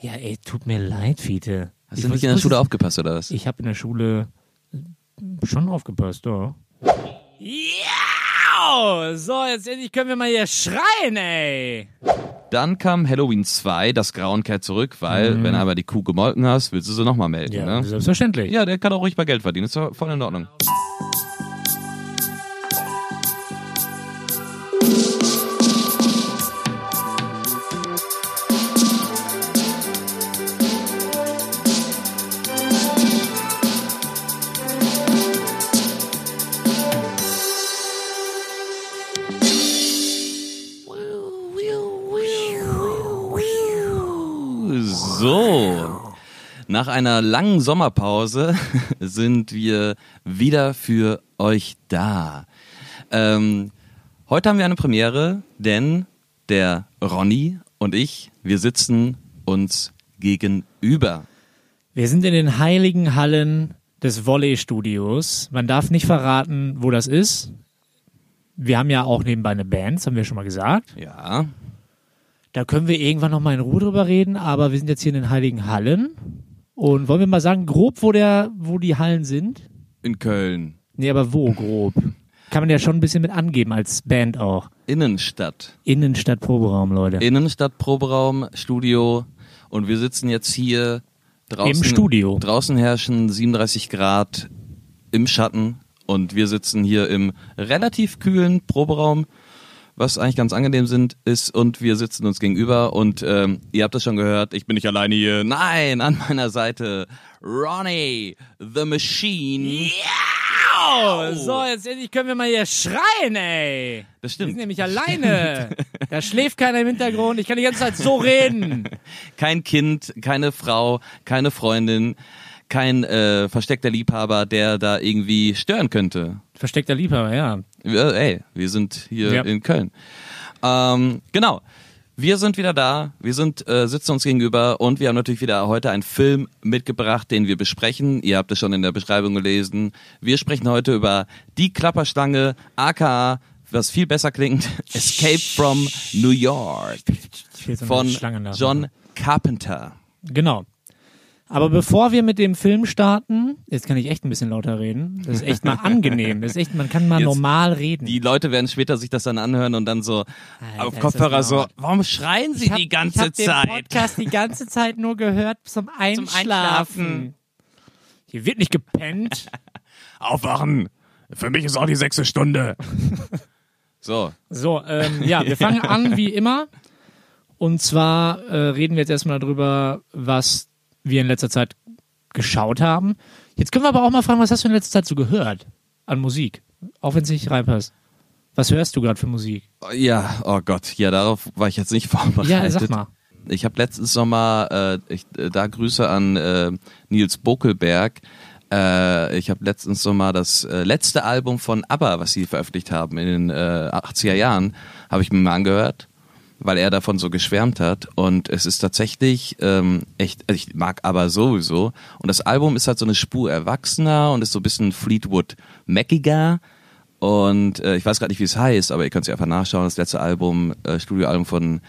Ja, ey, tut mir leid, Fiete. Hast Ich du nicht muss- in der muss- Schule aufgepasst oder was? Ich habe in der Schule schon aufgepasst, doch. Ja! So, jetzt endlich können wir mal hier schreien, ey! Dann kam Halloween 2, das Grauen kehrt zurück, weil, wenn aber die Kuh gemolken hast, willst du sie nochmal melden, Ja, ne? selbstverständlich. Ja, der kann auch ruhig mal Geld verdienen, ist doch voll in Ordnung. So, nach einer langen Sommerpause sind wir wieder für euch da. Ähm, heute haben wir eine Premiere, denn der Ronny und ich, wir sitzen uns gegenüber. Wir sind in den heiligen Hallen des Volley-Studios. Man darf nicht verraten, wo das ist. Wir haben ja auch nebenbei eine Band, das haben wir schon mal gesagt. Ja, Da können wir irgendwann nochmal in Ruhe drüber reden, aber wir sind jetzt hier in den heiligen Hallen. Und wollen wir mal sagen, grob, wo, der, wo die Hallen sind? in Köln, Nee, aber wo grob? Kann man ja schon ein bisschen mit angeben als Band auch. Innenstadt. Innenstadt Proberaum, Leute. Oh. Innenstadt, Proberaum, Studio und wir sitzen jetzt hier draußen. Im Studio. Draußen herrschen 37 Grad im Schatten und wir sitzen hier im relativ kühlen Proberaum, was eigentlich ganz angenehm sind, ist und wir sitzen uns gegenüber und ähm, ihr habt das schon gehört, ich bin nicht alleine hier. Nein, an meiner Seite Ronnie, The Machine. Oh, so, jetzt endlich können wir mal hier schreien, ey. Wir Das stimmt. sind nämlich alleine. Da schläft keiner im Hintergrund. Ich kann die ganze Zeit so reden. kein Kind, keine Frau, keine Freundin, kein äh, versteckter Liebhaber, der da irgendwie stören könnte. Versteckter Liebhaber, ja. Wir, ey, wir sind hier Ja. in Köln. Ähm, genau. Wir sind wieder da, wir sind, äh, sitzen uns gegenüber und wir haben natürlich wieder heute einen Film mitgebracht, den wir besprechen. Ihr habt es schon in der Beschreibung gelesen. Wir sprechen heute über die Klapperstange, aka, was viel besser klingt, Escape from New York von John Carpenter. Genau. Aber bevor wir mit dem Film starten, jetzt kann ich echt ein bisschen lauter reden. Das ist echt mal angenehm. Das ist echt, man kann mal Jetzt normal reden. Die Leute werden später sich das dann anhören und dann so auf ist Kopfhörer das so, laut. warum schreien sie Ich hab- die ganze ich hab Zeit? Den Podcast die ganze Zeit nur gehört zum Einschlafen. Einschlafen. Hier wird nicht gepennt. Aufwachen! Für mich ist auch die sechste Stunde. so, So, ähm, ja, wir fangen an wie immer. Und zwar äh, reden wir jetzt erstmal darüber, was wir in letzter Zeit geschaut haben. Jetzt können wir aber auch mal fragen, was hast du in letzter Zeit so gehört an Musik? Auch wenn es nicht reinpasst. Was hörst du gerade für Musik? ja, oh Gott, ja, darauf war ich jetzt nicht vorbereitet. Ja, sag mal. Ich habe letztens nochmal, äh, ich, äh, da Grüße an äh, Nils Bokelberg. Äh, ich habe letztens nochmal das äh, letzte Album von ABBA, was sie veröffentlicht haben in den äh, 80er Jahren, habe ich mir mal angehört, weil er davon so geschwärmt hat. Und es ist tatsächlich ähm, echt, also ich mag ABBA sowieso. Und das Album ist halt so eine Spur erwachsener und ist so ein bisschen Fleetwood Mackiger. Und äh, ich weiß gerade nicht, wie es heißt, aber ihr könnt es ja einfach nachschauen. Das letzte Album, äh, Studioalbum von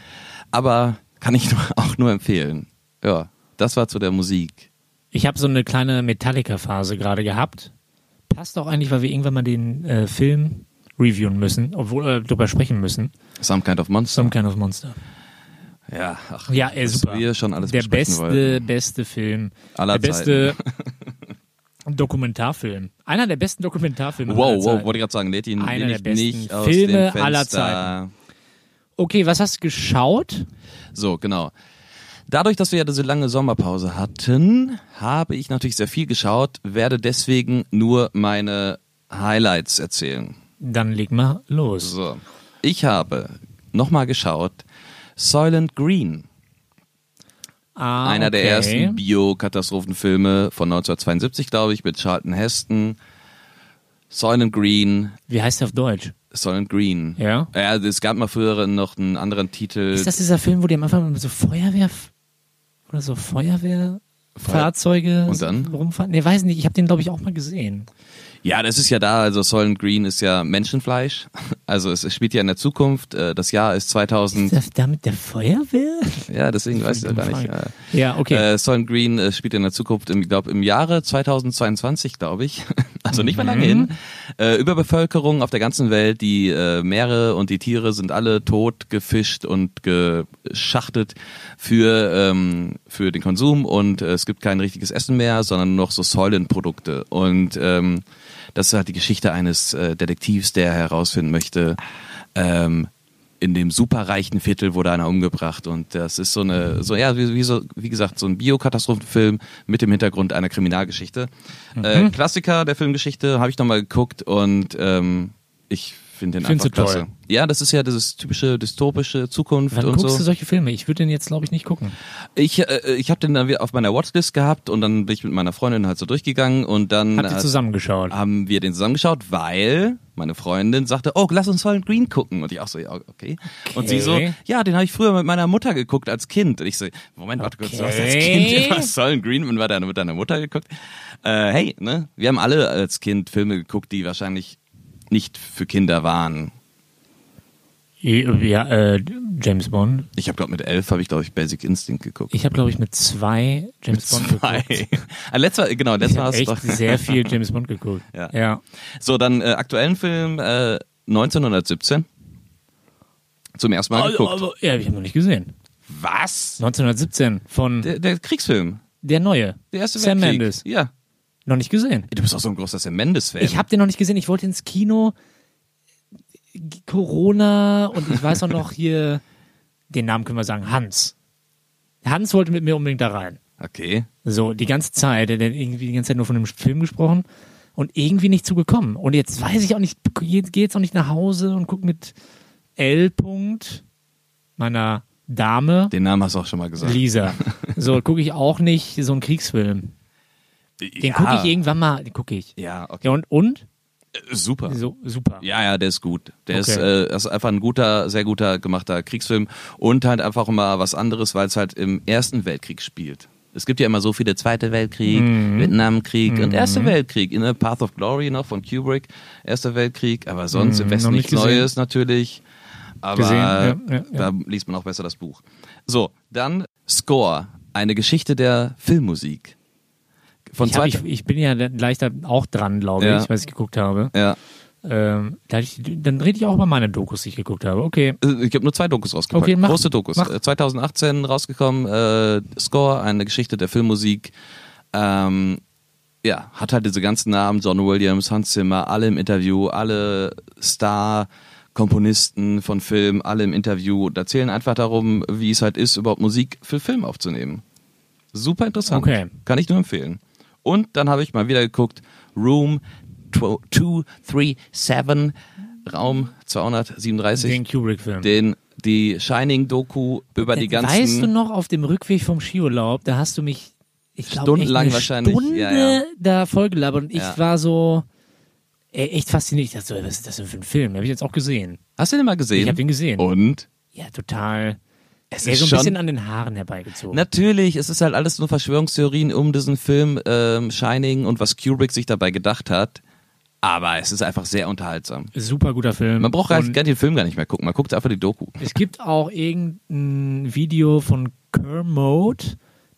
aber kann ich nur, auch nur empfehlen. Ja, das war zu der Musik. Ich habe so eine kleine Metallica-Phase gerade gehabt. Passt auch eigentlich, weil wir irgendwann mal den äh, Film reviewen müssen, obwohl äh, drüber sprechen müssen. Some Kind of Monster. Some Kind of Monster. ja, ach, Ja, ey, was super. wir schon alles der besprechen beste, wollten. beste Film. Aller der beste Dokumentarfilm. Einer der besten Dokumentarfilme aller Wow, wow, Zeiten. wollte ich gerade sagen, lädt ihn Einer nicht, der besten nicht aus Filme dem Fenster. aller Zeiten. Okay, was hast du geschaut? So, genau. Dadurch, dass wir ja diese lange Sommerpause hatten, habe ich natürlich sehr viel geschaut, werde deswegen nur meine Highlights erzählen. Dann leg mal los. So, ich habe nochmal geschaut, Soylent Green. Ah, Einer der okay. ersten Bio-Katastrophenfilme von 1972, glaube ich, mit Charlton Heston. Soylent Green, Wie heißt der auf Deutsch? Soylent Green. Ja. Ja, es gab mal früher noch einen anderen Titel. Ist das dieser Film, wo die am Anfang so Feuerwehr oder so Feuerwehr Fahrzeuge Und dann? rumfahren. Ne, weiß nicht, ich habe den glaube ich auch mal gesehen. Ja, das ist ja da, also Solent Green ist ja Menschenfleisch. Also es, es spielt ja in der Zukunft. Äh, Das Jahr ist 2000. Das, damit der Feuerwehr? Ja, deswegen weiß ich Hm. ja gar nicht. Frage. äh, Ja, okay. Äh, Solent Green äh, spielt in der Zukunft, im, glaub, im Jahre 2022, glaube ich. Also nicht mehr lange Mhm. hin. Äh, Überbevölkerung auf der ganzen Welt, die äh, Meere und die Tiere sind alle tot gefischt und geschachtet für, ähm, für den Konsum und äh, es gibt kein richtiges Essen mehr, sondern nur noch so Säulenprodukte. Und ähm, das ist halt die Geschichte eines äh, Detektivs, der herausfinden möchte, ähm, in dem superreichen Viertel wurde einer umgebracht und das ist so eine, so ja, wie, wie, so, wie gesagt, so ein Biokatastrophenfilm mit dem Hintergrund einer Kriminalgeschichte. Mhm. Äh, Klassiker der Filmgeschichte habe ich nochmal geguckt und ähm, ich finde den Findest einfach du klasse. toll? Ja, das ist ja dieses typische dystopische Zukunft Wann und guckst so. du solche Filme? Ich würde den jetzt glaube ich nicht gucken. Ich, äh, ich habe den dann wieder auf meiner Watchlist gehabt und dann bin ich mit meiner Freundin halt so durchgegangen und dann Habt ihr äh, zusammengeschaut? haben wir den zusammengeschaut, weil meine Freundin sagte, oh, lass uns Solent Green gucken. Und ich auch so, ja, okay. Und sie so, Okay. ja, den habe ich früher mit meiner Mutter geguckt als Kind. Und ich so, Moment, warte kurz, du hast als Kind Okay. immer Solent Green und war deine, mit deiner Mutter geguckt. Äh, hey, ne, wir haben alle als Kind Filme geguckt, die wahrscheinlich nicht für Kinder waren. Ja, äh, James Bond. Ich habe glaube mit elf habe ich glaube ich Basic Instinct geguckt. Ich habe glaube ich mit zwei James Bond Zwei. geguckt. Ah, Letzter, genau, Ich letztes Mal habe hast du echt doch. sehr viel James Bond geguckt. Ja. ja. So, dann äh, aktuellen Film äh, 1917. Zum ersten Mal Also, geguckt. aber, ja, hab ich habe noch nicht gesehen. Was? 1917 von der, Der, der Kriegsfilm. neue. Der erste Sam Weltkrieg. Mendes. Ja. Noch nicht gesehen. Du bist auch so ein großer Sam Mendes-Fan. Ich habe den noch nicht gesehen. Ich wollte ins Kino. G- Corona und ich weiß auch noch hier den Namen können wir sagen. Hans. Hans wollte mit mir unbedingt da rein. Okay. So die ganze Zeit, der hat irgendwie die ganze Zeit nur von dem Film gesprochen und irgendwie nicht zugekommen. Und jetzt weiß ich auch nicht. Jetzt gehe jetzt auch nicht nach Hause und guck mit L. -Punkt meiner Dame. Den Namen hast du auch schon mal gesagt. Lisa. So gucke ich auch nicht so einen Kriegsfilm. Den gucke ich irgendwann mal, den gucke ich. Ja, okay. Ja, und, und? Äh, Super. So, super. Ja, ja, der ist gut. Der Okay. ist, äh, das ist einfach ein guter, sehr guter gemachter Kriegsfilm und halt einfach mal was anderes, weil es halt im Ersten Weltkrieg spielt. Es gibt ja immer so viele Zweite Weltkrieg, Mhm. Vietnamkrieg und Erster Weltkrieg. In der Path of Glory noch von Kubrick, Erster Weltkrieg, aber sonst im Westen Mhm, noch nichts nicht gesehen. Neues natürlich. Aber Gesehen, ja, ja, ja. da liest man auch besser das Buch. So, dann Score, eine Geschichte der Filmmusik. Von Ich, hab, zwei. ich, ich bin ja gleich da auch dran, glaube Ja. ich, weil ich geguckt habe. Ja. Ähm, da hab ich, dann rede ich auch über meine Dokus, die ich geguckt habe. Okay. Äh, Ich habe nur zwei Dokus rausgepackt. Okay, mach. Große Dokus. Mach. Äh, 2018 rausgekommen, äh, Score, eine Geschichte der Filmmusik. Ähm, ja, hat halt diese ganzen Namen, John Williams, Hans Zimmer, alle im Interview, alle Star. Komponisten von Film, alle im Interview und erzählen einfach darum, wie es halt ist, überhaupt Musik für Film aufzunehmen. Super interessant. Okay. Kann ich nur empfehlen. Und dann habe ich mal wieder geguckt, Room 237, Raum 237 Den Kubrick-Film. den die Shining Doku über die ganzen Weißt du noch, auf dem Rückweg vom Skiurlaub, da hast du mich, ich glaube, Stundenlang eine wahrscheinlich, Stunde ja, ja. da vollgelabert und ich Ja. war so äh, echt fasziniert. Ich dachte so, was ist das denn für ein Film? Habe ich jetzt auch gesehen. Hast du den mal gesehen? Ich hab den gesehen. Und Ja, total. es Ja, ist so ein schon bisschen an den Haaren herbeigezogen. natürlich, es ist halt alles nur Verschwörungstheorien um diesen Film ähm, Shining und was Kubrick sich dabei gedacht hat, aber es ist einfach sehr unterhaltsam. Super guter Film. Man braucht gar Und gar den Film gar nicht mehr gucken, man guckt einfach die Doku. Es gibt auch irgendein Video von Kermode,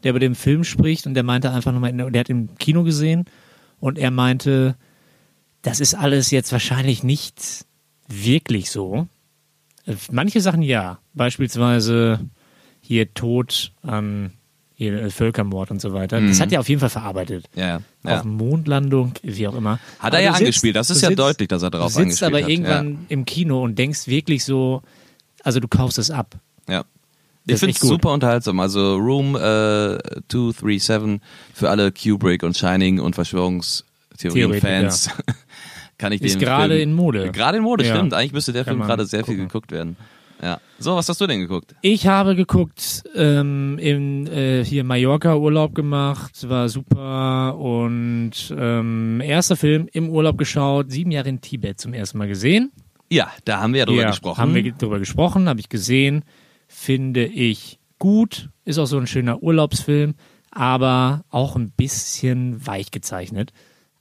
der über den Film spricht und der meinte einfach nochmal, der hat im Kino gesehen und er meinte, das ist alles jetzt wahrscheinlich nicht wirklich so. Manche Sachen ja, beispielsweise hier Tod an hier äh, Völkermord und so weiter. Das hat er auf jeden Fall verarbeitet. Ja, Mhm. ja. Auf Mondlandung, wie auch immer. Hat er ja angespielt, das ist ja deutlich, dass er darauf Du sitzt angespielt aber hat, irgendwann im Kino und denkst wirklich so, also du kaufst es ab. Das Ja. Ich ist finde es echt gut. super unterhaltsam. Also Room äh, 237 für alle Kubrick und Shining und Verschwörungstheorien-Fans. Kann ich Ist den gerade Film- in Mode. Gerade in Mode, Ja. stimmt. Eigentlich müsste der Kann Film man gerade sehr viel gucken. geguckt werden. Ja. So, was hast du denn geguckt? Ich habe geguckt, ähm, in, äh, hier Mallorca Urlaub gemacht, war super und ähm, erster Film im Urlaub geschaut, sieben Jahre in Tibet zum ersten Mal gesehen. Ja, da haben wir ja drüber Ja, gesprochen. Hm? Haben wir ge- drüber gesprochen, habe ich gesehen, finde ich gut, ist auch so ein schöner Urlaubsfilm, aber auch ein bisschen weich gezeichnet.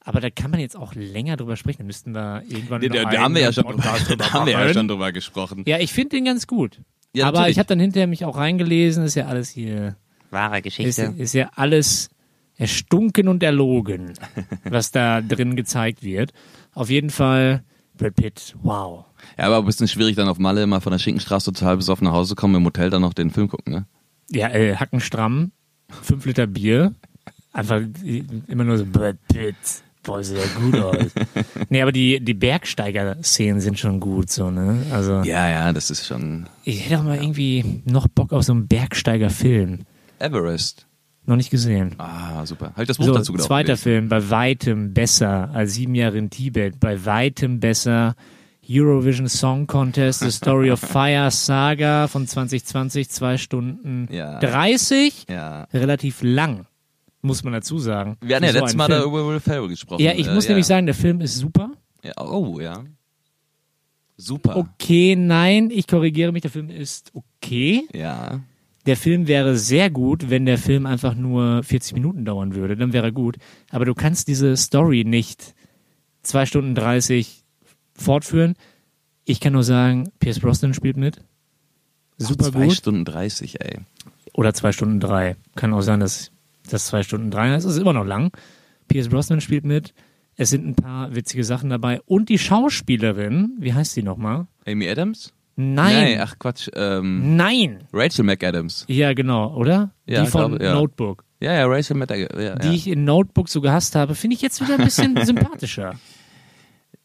Aber da kann man jetzt auch länger drüber sprechen. Da müssten wir irgendwann Da, noch da, haben wir ja einen schon Podcast drüber, da drüber haben wir ja machen. schon drüber gesprochen. Ja, ich finde den ganz gut. Ja, aber natürlich. ich habe dann hinterher mich auch reingelesen, ist ja alles hier, Wahre ist, Geschichte. ist ja alles erstunken und erlogen, was da drin gezeigt wird. Auf jeden Fall Brad Pitt, wow. Ja, aber ein bisschen schwierig, dann auf Malle immer von der Schinkenstraße total besoffen nach Hause kommen, im Hotel dann noch den Film gucken, ne? Ja, äh, Hackenstramm, fünf Liter Bier, einfach äh, immer nur so Brad Pitt, boah, sieht ja gut aus. nee, aber die, die Bergsteiger-Szenen sind schon gut, so, ne? Also, Ja, ja, das ist schon ich hätte auch mal irgendwie noch Bock auf so einen Bergsteiger-Film. Everest. Noch nicht gesehen. Ah, super. Habe ich das Buch So, dazu gedacht? zweiter Film, bei weitem besser als sieben Jahre in Tibet, bei weitem besser. Eurovision Song Contest, The Story of Fire Saga von 2020, zwei Stunden Ja. 30. Ja. Relativ lang, muss man dazu sagen. Wir hatten ja Für so letztes einen Mal Film. da über Will Ferrell gesprochen. Ja, ich Äh, muss ja. nämlich sagen, der Film ist super. Ja, oh, ja. Super. Oh. Okay, nein, ich korrigiere mich, der Film ist okay. Ja. Der Film wäre sehr gut, wenn der Film einfach nur 40 Minuten dauern würde. Dann wäre er gut. Aber du kannst diese Story nicht 2 Stunden 30 fortführen. Ich kann nur sagen, Pierce Brosnan spielt mit. Super Ach, zwei gut. Stunden 30, ey. Oder 2 Stunden 3. Kann auch sein, dass das 2 Stunden 3 ist. Das ist immer noch lang. Pierce Brosnan spielt mit. Es sind ein paar witzige Sachen dabei. Und die Schauspielerin, wie heißt sie nochmal? Amy Adams? Nein. Nee, ach Quatsch. Ähm, Nein. Rachel McAdams. Ja, genau, oder? Ja, die von glaube, ja. Notebook. Ja, ja, Rachel McAdams. Ja, die ja. ich in Notebook so gehasst habe, finde ich jetzt wieder ein bisschen sympathischer.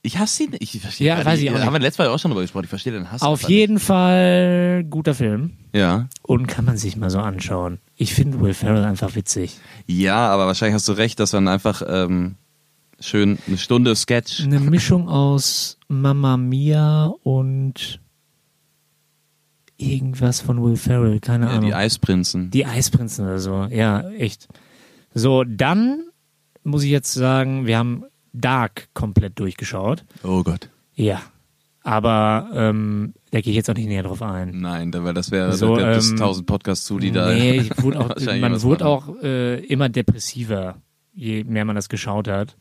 Ich hasse ihn. Ich verstehe Ja, gar weiß ich auch Da haben wir nicht. letztes Mal auch schon drüber gesprochen. Ich verstehe den Hass. Auf einfach jeden Fall guter Film nicht. Ja. und kann man sich mal so anschauen. Ich finde Will Ferrell einfach witzig. Ja, aber wahrscheinlich hast du recht, dass dann einfach ähm, schön eine Stunde Sketch. Eine Mischung aus Mamma Mia und irgendwas von Will Ferrell, keine Ja, Ahnung. die Eisprinzen. Die Eisprinzen oder so, ja, echt. So, dann muss ich jetzt sagen, wir haben Dark komplett durchgeschaut. oh Gott. Ja, aber ähm, da gehe ich jetzt auch nicht näher drauf ein. Nein, da- weil das wäre So, so, da gibt es ähm, tausend Podcasts zu, die da. Nee, ich wurde auch, wahrscheinlich man was wurde machen. auch äh, immer depressiver, je mehr man das geschaut hat.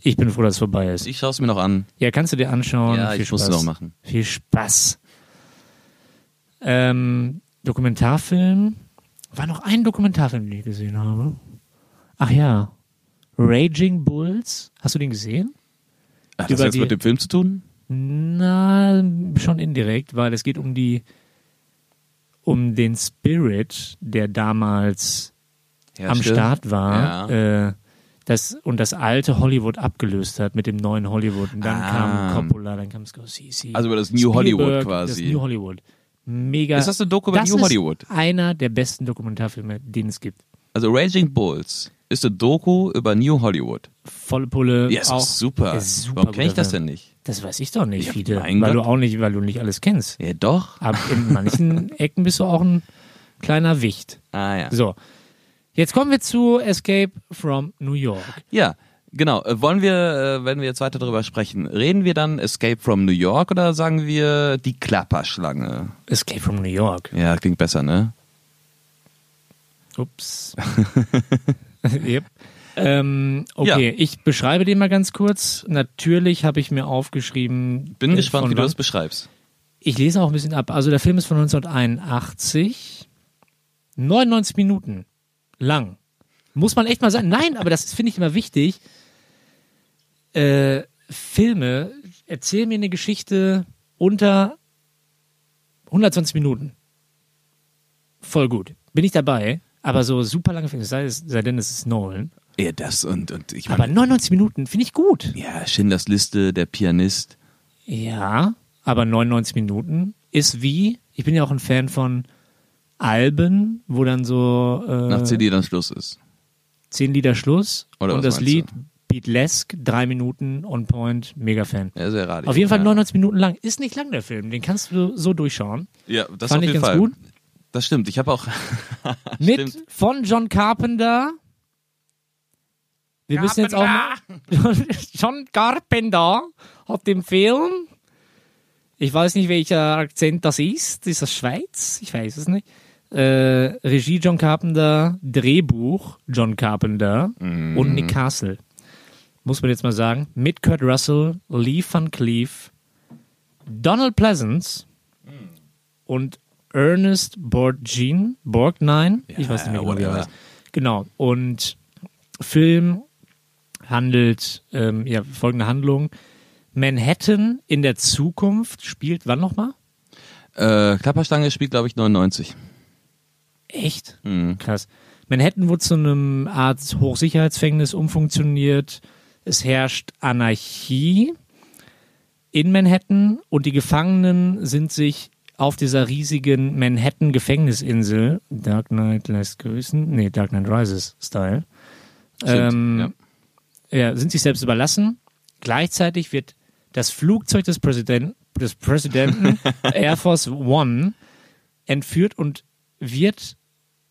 Ich bin froh, dass es vorbei ist. Ich schaue es mir noch an. Ja, kannst du dir anschauen. Ja, Viel ich muss Spaß. es noch machen. Viel Spaß. Ähm, Dokumentarfilm. War noch ein Dokumentarfilm, den ich gesehen habe. Ach ja. Raging Bulls. Hast du den gesehen? Hat das Über jetzt die- mit dem Film zu tun? Na, schon indirekt, weil es geht um die um den Spirit, der damals am Herrschte? Start war, äh, das und das alte Hollywood abgelöst hat mit dem neuen Hollywood. Und dann Ah. kam Coppola, dann kam Scorsese. Also über das New Spielberg, Hollywood Das quasi. New Hollywood. Mega. Ist das eine Doku über das New ist Hollywood? Einer der besten Dokumentarfilme, den es gibt. Also Raging Bulls ist eine Doku über New Hollywood. Volle Pulle. Ja, ist auch doch super. Ist super Warum kenne ich guter das Film. denn nicht? Das weiß ich doch nicht, Ja, Fiete, mein weil du Gott. auch nicht, weil du nicht alles kennst. Ja, doch. Aber in manchen Ecken bist du auch ein kleiner Wicht. Ah ja. So. Jetzt kommen wir zu Escape from New York. Ja, genau. Äh, Wollen wir, äh, wenn wir jetzt weiter darüber sprechen, reden wir dann Escape from New York oder sagen wir die Klapperschlange? Escape from New York. Ja, klingt besser, ne? Ups. yep. ähm, okay, Ja. ich beschreibe den mal ganz kurz. Natürlich habe ich mir aufgeschrieben. Bin äh, gespannt, von wie du wann- das beschreibst. Ich lese auch ein bisschen ab. Also der Film ist von 1981. 99 Minuten lang. Muss man echt mal sagen. Nein, aber das ist, finde ich immer wichtig. Äh, Filme, erzähl mir eine Geschichte unter 120 Minuten. Voll gut. Bin ich dabei. Aber so super lange Filme, sei, es- sei denn es ist Nolan. Ja, das und, und ich Aber meine, 99 Minuten finde ich gut. ja, Schindlers Liste, der Pianist. Ja, aber 99 Minuten ist wie, ich bin ja auch ein Fan von Alben, wo dann so Nach äh, CD dann Schluss ist. 10 Lieder Schluss Oder und was das meinst Lied Beatlesk, drei Minuten, on point, mega Fan. Ja, sehr radio. Auf jeden Fall ja. 99 Minuten lang. Ist nicht lang, der Film. Den kannst du so durchschauen. Ja, das Fand auf ich jeden ganz Fall. gut. Das stimmt. Ich habe auch. Mit von John Carpenter. Wir müssen jetzt auch mal John Carpenter hat im Film. Ich weiß nicht, welcher Akzent das ist. Ist das Schweiz? Ich weiß es nicht. Äh, Regie John Carpenter, Drehbuch John Carpenter und Nick Castle. Muss man jetzt mal sagen. Mit Kurt Russell, Lee Van Cleef, Donald Pleasance und Ernest Borgin, Borgnine. ich weiß nicht mehr genau, wie er whatever. heißt. Genau. Und Film handelt ähm, ja, folgende Handlung. Manhattan in der Zukunft spielt wann nochmal? Äh, Klapperstange spielt, glaube ich, 99. Echt? Krass. Manhattan wurde zu einem Art Hochsicherheitsfängnis umfunktioniert. Es herrscht Anarchie in Manhattan und die Gefangenen sind sich auf dieser riesigen Manhattan-Gefängnisinsel, Dark Knight lässt grüßen, nee, Dark Knight Rises Style, Ähm, Stimmt, ja, sind sich selbst überlassen. Gleichzeitig wird das Flugzeug des Präsidenten, des Präsidenten Air Force One entführt und wird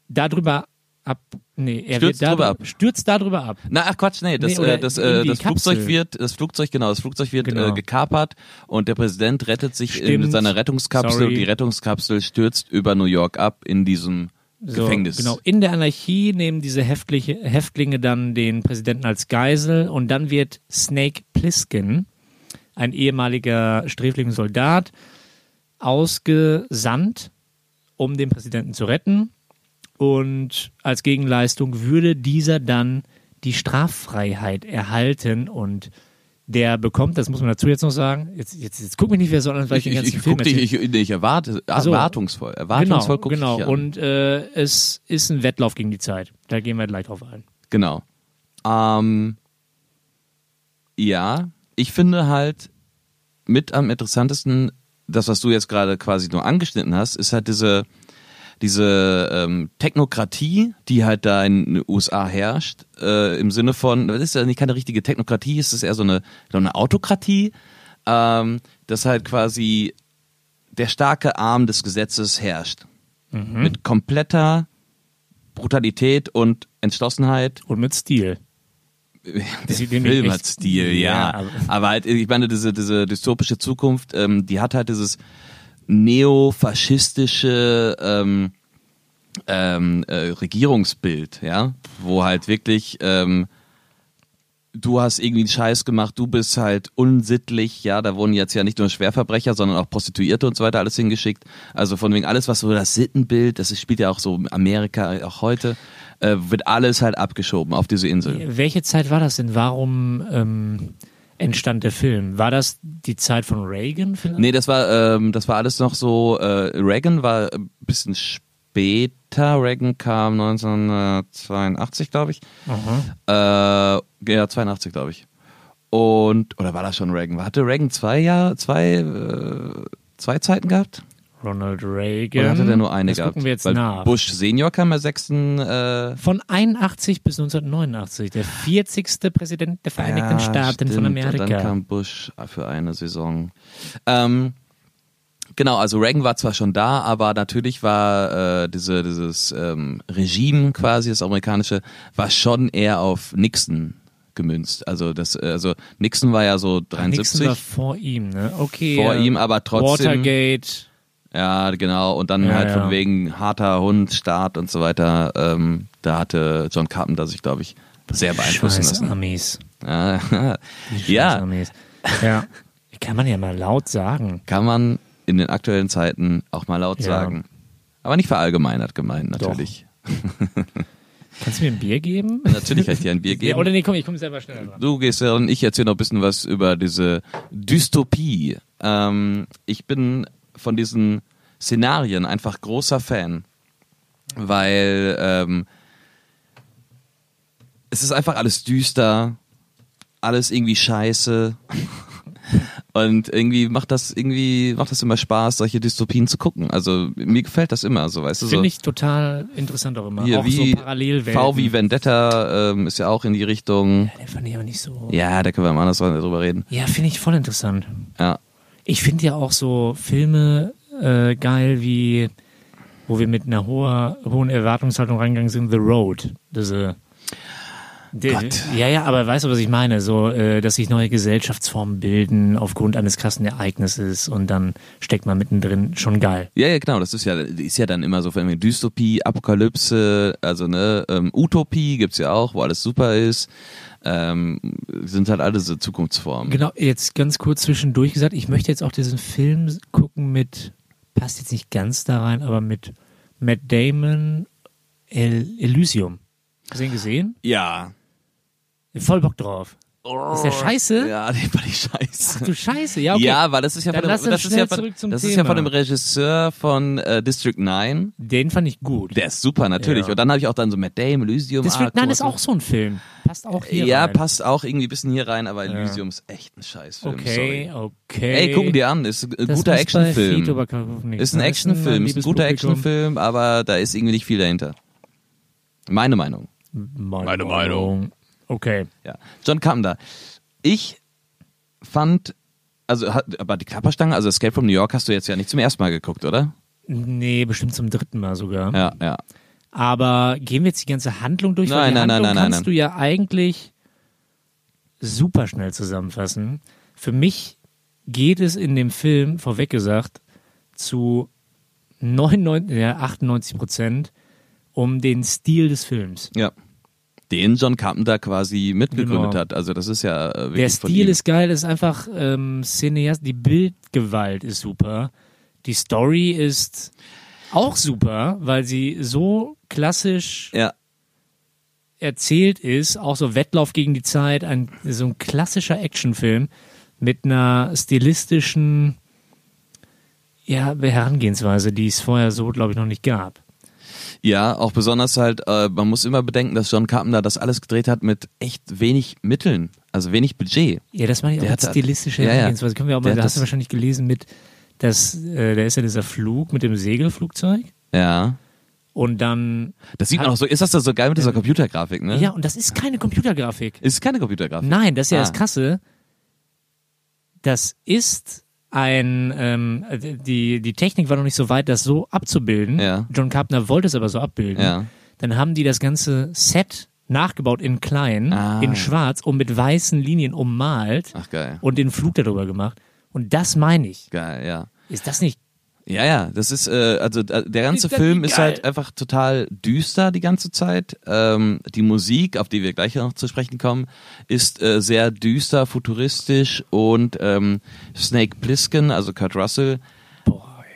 darüber ab. Nee, er Stürzt wird drüber darüber, ab. stürzt darüber ab. Na, ach Quatsch, nee, das, Nee, oder äh, das, äh, irgendwie das Flugzeug Kapsel. wird, das Flugzeug, genau, das Flugzeug wird Genau. äh, gekapert und der Präsident rettet sich in Stimmt. seiner Rettungskapsel Sorry. und die Rettungskapsel stürzt über New York ab in diesem So, Gefängnis. Genau, in der Anarchie nehmen diese Häftliche, Häftlinge dann den Präsidenten als Geisel und dann wird Snake Plissken, ein ehemaliger sträfling Soldat, ausgesandt, um den Präsidenten zu retten. Und als Gegenleistung würde dieser dann die Straffreiheit erhalten und der bekommt, das muss man dazu jetzt noch sagen, jetzt, jetzt, jetzt guck mich nicht wieder so an, weil ich, Ich, den ganzen ich, ich, Film guck dich, erzähle. ich, nee, ich erwarte, so. erwartungsvoll, erwartungsvoll guck genau, ich dich genau. an. Und äh, es ist ein Wettlauf gegen die Zeit. Da gehen wir gleich drauf ein. Genau. Ähm, ja, ich finde halt mit am interessantesten, das, was du jetzt gerade quasi nur angeschnitten hast, ist halt diese, diese ähm, Technokratie, die halt da in den USA herrscht, äh, im Sinne von, das ist ja nicht keine richtige Technokratie, es ist eher so eine, so eine Autokratie, ähm, dass halt quasi der starke Arm des Gesetzes herrscht. Mit kompletter Brutalität und Entschlossenheit Und mit Stil. der sieht nämlich Film echt- hat Stil, ja. Ja, aber- aber halt, ich meine, diese, diese dystopische Zukunft, ähm, die hat halt dieses neofaschistische ähm, ähm, äh, Regierungsbild, ja, wo halt wirklich ähm, du hast irgendwie einen Scheiß gemacht, du bist halt unsittlich, ja, da wurden jetzt ja nicht nur Schwerverbrecher, sondern auch Prostituierte und so weiter alles hingeschickt. Also von wegen alles, was so das Sittenbild, das spielt ja auch so in Amerika auch heute, äh, wird alles halt abgeschoben auf diese Insel. Welche Zeit war das denn? Warum ähm, entstand der Film? War das die Zeit von Reagan vielleicht? Nee, das war, ähm, das war alles noch so, äh, Reagan war ein bisschen später, Reagan kam 1982, glaube ich. Aha. Äh, ja, 82, glaube ich. Und, oder war das schon Reagan? Hatte Reagan zwei Jahre, zwei, äh, zwei Zeiten gehabt? Ronald Reagan. Oder hatte der nur eine das gehabt? gucken wir jetzt Weil nach. Bush Senior kam ja sechsten, äh, Von 81 bis 1989, der 40. Präsident der Vereinigten ja, Staaten von stimmt. Amerika. Und dann kam Bush für eine Saison. Ähm, genau, also Reagan war zwar schon da, aber natürlich war äh, diese, dieses ähm, Regime quasi, das amerikanische, war schon eher auf Nixon gemünzt. Also das, äh, also Nixon war ja so Ach, Nixon 73 war vor ihm, ne? Okay. vor äh, ihm, aber trotzdem. Watergate. Ja, genau. Und dann Ja, halt ja. von wegen harter Hund, Staat und so weiter. Ähm, da hatte John Carpenter sich, glaube ich, sehr beeinflussen Scheiß lassen. Amis. Ja, Ja. ja, ja. Kann man ja mal laut sagen. kann man in den aktuellen Zeiten auch mal laut Ja. sagen. Aber nicht verallgemeinert gemeint, natürlich. Kannst du mir ein Bier geben? Natürlich kann ich dir ein Bier Ja, oder Äh, geben. nee, komm, ich komme selber schneller dran. Du gehst ja und ich erzähle noch ein bisschen was über diese Dystopie. Ähm, ich bin von diesen Szenarien einfach großer Fan, weil ähm, es ist einfach alles düster, alles irgendwie scheiße. Und irgendwie macht das irgendwie macht das immer Spaß, solche Dystopien zu gucken. Also mir gefällt das immer, so weißt du so. Finde ich total interessant auch immer. Hier, auch wie so Parallelwelten. V wie Vendetta ähm, ist ja auch in die Richtung. Den fand ich aber nicht so. Ja, Ja, da können wir mal anders drüber reden. finde ich voll interessant. Ja. Ich finde ja auch so Filme äh, geil, wie wo wir mit einer hoher, hohen Erwartungshaltung reingegangen sind, The Road. Diese äh, Der- Gott. Ja, ja, aber weißt du, was ich meine? So, äh, dass sich neue Gesellschaftsformen bilden aufgrund eines krassen Ereignisses und dann steckt man mittendrin. Schon geil. Ja, ja, genau, das ist ja, ist ja dann immer so, wenn wir Dystopie, Apokalypse, also ne, ähm, Utopie gibt's ja auch, wo alles super ist, ähm, sind halt alle so Zukunftsformen. Genau, jetzt ganz kurz zwischendurch gesagt, ich möchte jetzt auch diesen Film gucken mit, passt jetzt nicht ganz da rein, aber mit Matt Damon El Elysium. Hast du den gesehen? Ja. Voll Bock drauf. Ist der scheiße? Ja, den war ich scheiße. Ach du Scheiße, ja, Hm? okay. Ja, weil das ist ja Dann von dem, lass uns das ist schnell ja von, zurück zum das ist ja Thema. von dem Regisseur von äh, District 9. Den fand ich gut. Der ist super natürlich. Ja. Und dann habe ich auch dann so Matt Damon, Elysium. District ah, 9 Thomas- ist auch so ein Film. Passt auch hier Ja, rein. passt auch irgendwie ein bisschen hier rein, aber Elysium ist echt ein Scheißfilm. Okay, Sorry. okay. Ey, gucken dir an, ist ein Das guter muss bei Actionfilm. Feed aber kaufen nichts, Ist ein ne? Actionfilm, ist ein liebes guter Publikum. Actionfilm, aber da ist irgendwie nicht viel dahinter. Meine Meinung. Meine, Meine Meinung. Okay. Ja. John Carpenter. Ich fand, also, hat- aber die Klapperstange, also Escape from New York hast du jetzt ja nicht zum ersten Mal geguckt, oder? Nee, bestimmt zum dritten Mal sogar. Ja, ja. Aber gehen wir jetzt die ganze Handlung durch? Nein, Weil die nein, nein, Handlung nein, nein, kannst nein. du ja eigentlich super schnell zusammenfassen. Für mich geht es in dem Film, vorweg gesagt, zu 99, ja, 98 Prozent um den Stil des Films. Ja. Den John Carpenter quasi mitgegründet Genau. hat. Also, das ist ja äh, wirklich Der von Stil ihm. ist geil, ist einfach ähm, Cineast, die Bildgewalt ist super. Die Story ist auch super, weil sie so klassisch Ja, erzählt ist, auch so Wettlauf gegen die Zeit, ein, so ein klassischer Actionfilm mit einer stilistischen ja, Herangehensweise, die es vorher so, glaube ich, noch nicht gab. Ja, auch besonders halt, äh, man muss immer bedenken, dass John Carpenter das alles gedreht hat mit echt wenig Mitteln, also wenig Budget. Ja, das meine ich auch Der mit hat- stilistische ja, ja. Herangehensweise. Können wir auch Der mal, hat da hast du das- wahrscheinlich gelesen mit, dass, äh, da ist ja dieser Flug mit dem Segelflugzeug Ja. und dann Das sieht man auch so, ist das da so geil mit dieser Computergrafik, ne? Ja, und das ist keine Computergrafik. Ist keine Computergrafik. Nein, das ist ja Ah. das Krasse. Das ist ein, ähm, die, die Technik war noch nicht so weit, das so abzubilden. Ja. John Carpenter wollte es aber so abbilden. Ja. Dann haben die das ganze Set nachgebaut in klein, Ah. in schwarz und mit weißen Linien ummalt Ach geil. und den Flug darüber gemacht. Und das meine ich. Geil, ja. Ist das nicht Ja, ja, das ist, äh, also äh, der ganze Ist das Film geil? ist halt einfach total düster die ganze Zeit. Ähm, die Musik, auf die wir gleich noch zu sprechen kommen, ist äh, sehr düster, futuristisch und ähm, Snake Plissken, also Kurt Russell,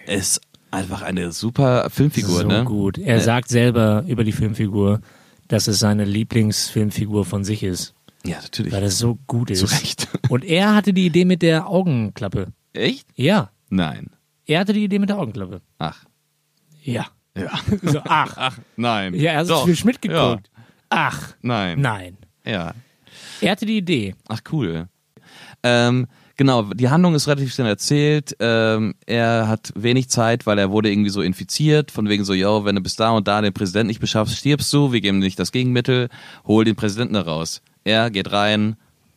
ist einfach eine super Filmfigur, so ne? gut? Er sagt selber über die Filmfigur, dass es seine Lieblingsfilmfigur von sich ist, Ja, natürlich. weil das so gut ist. Zu Recht. Und er hatte die Idee mit der Augenklappe. Echt? Ja, Nein. er hatte die Idee mit der Augenklappe. Ach. Ja. Ja. So, ach. Ach, nein. Ja, er hat es Doch. für Schmidt Ja. geguckt. Ach, Nein. nein. Ja. Er hatte die Idee. Ach, cool. Ähm, genau, die Handlung ist relativ schnell erzählt. Ähm, er hat wenig Zeit, weil er wurde irgendwie so infiziert, von wegen so, yo, wenn du bis da und da den Präsidenten nicht beschaffst, stirbst du, wir geben dir nicht das Gegenmittel, hol den Präsidenten da raus. Er geht rein,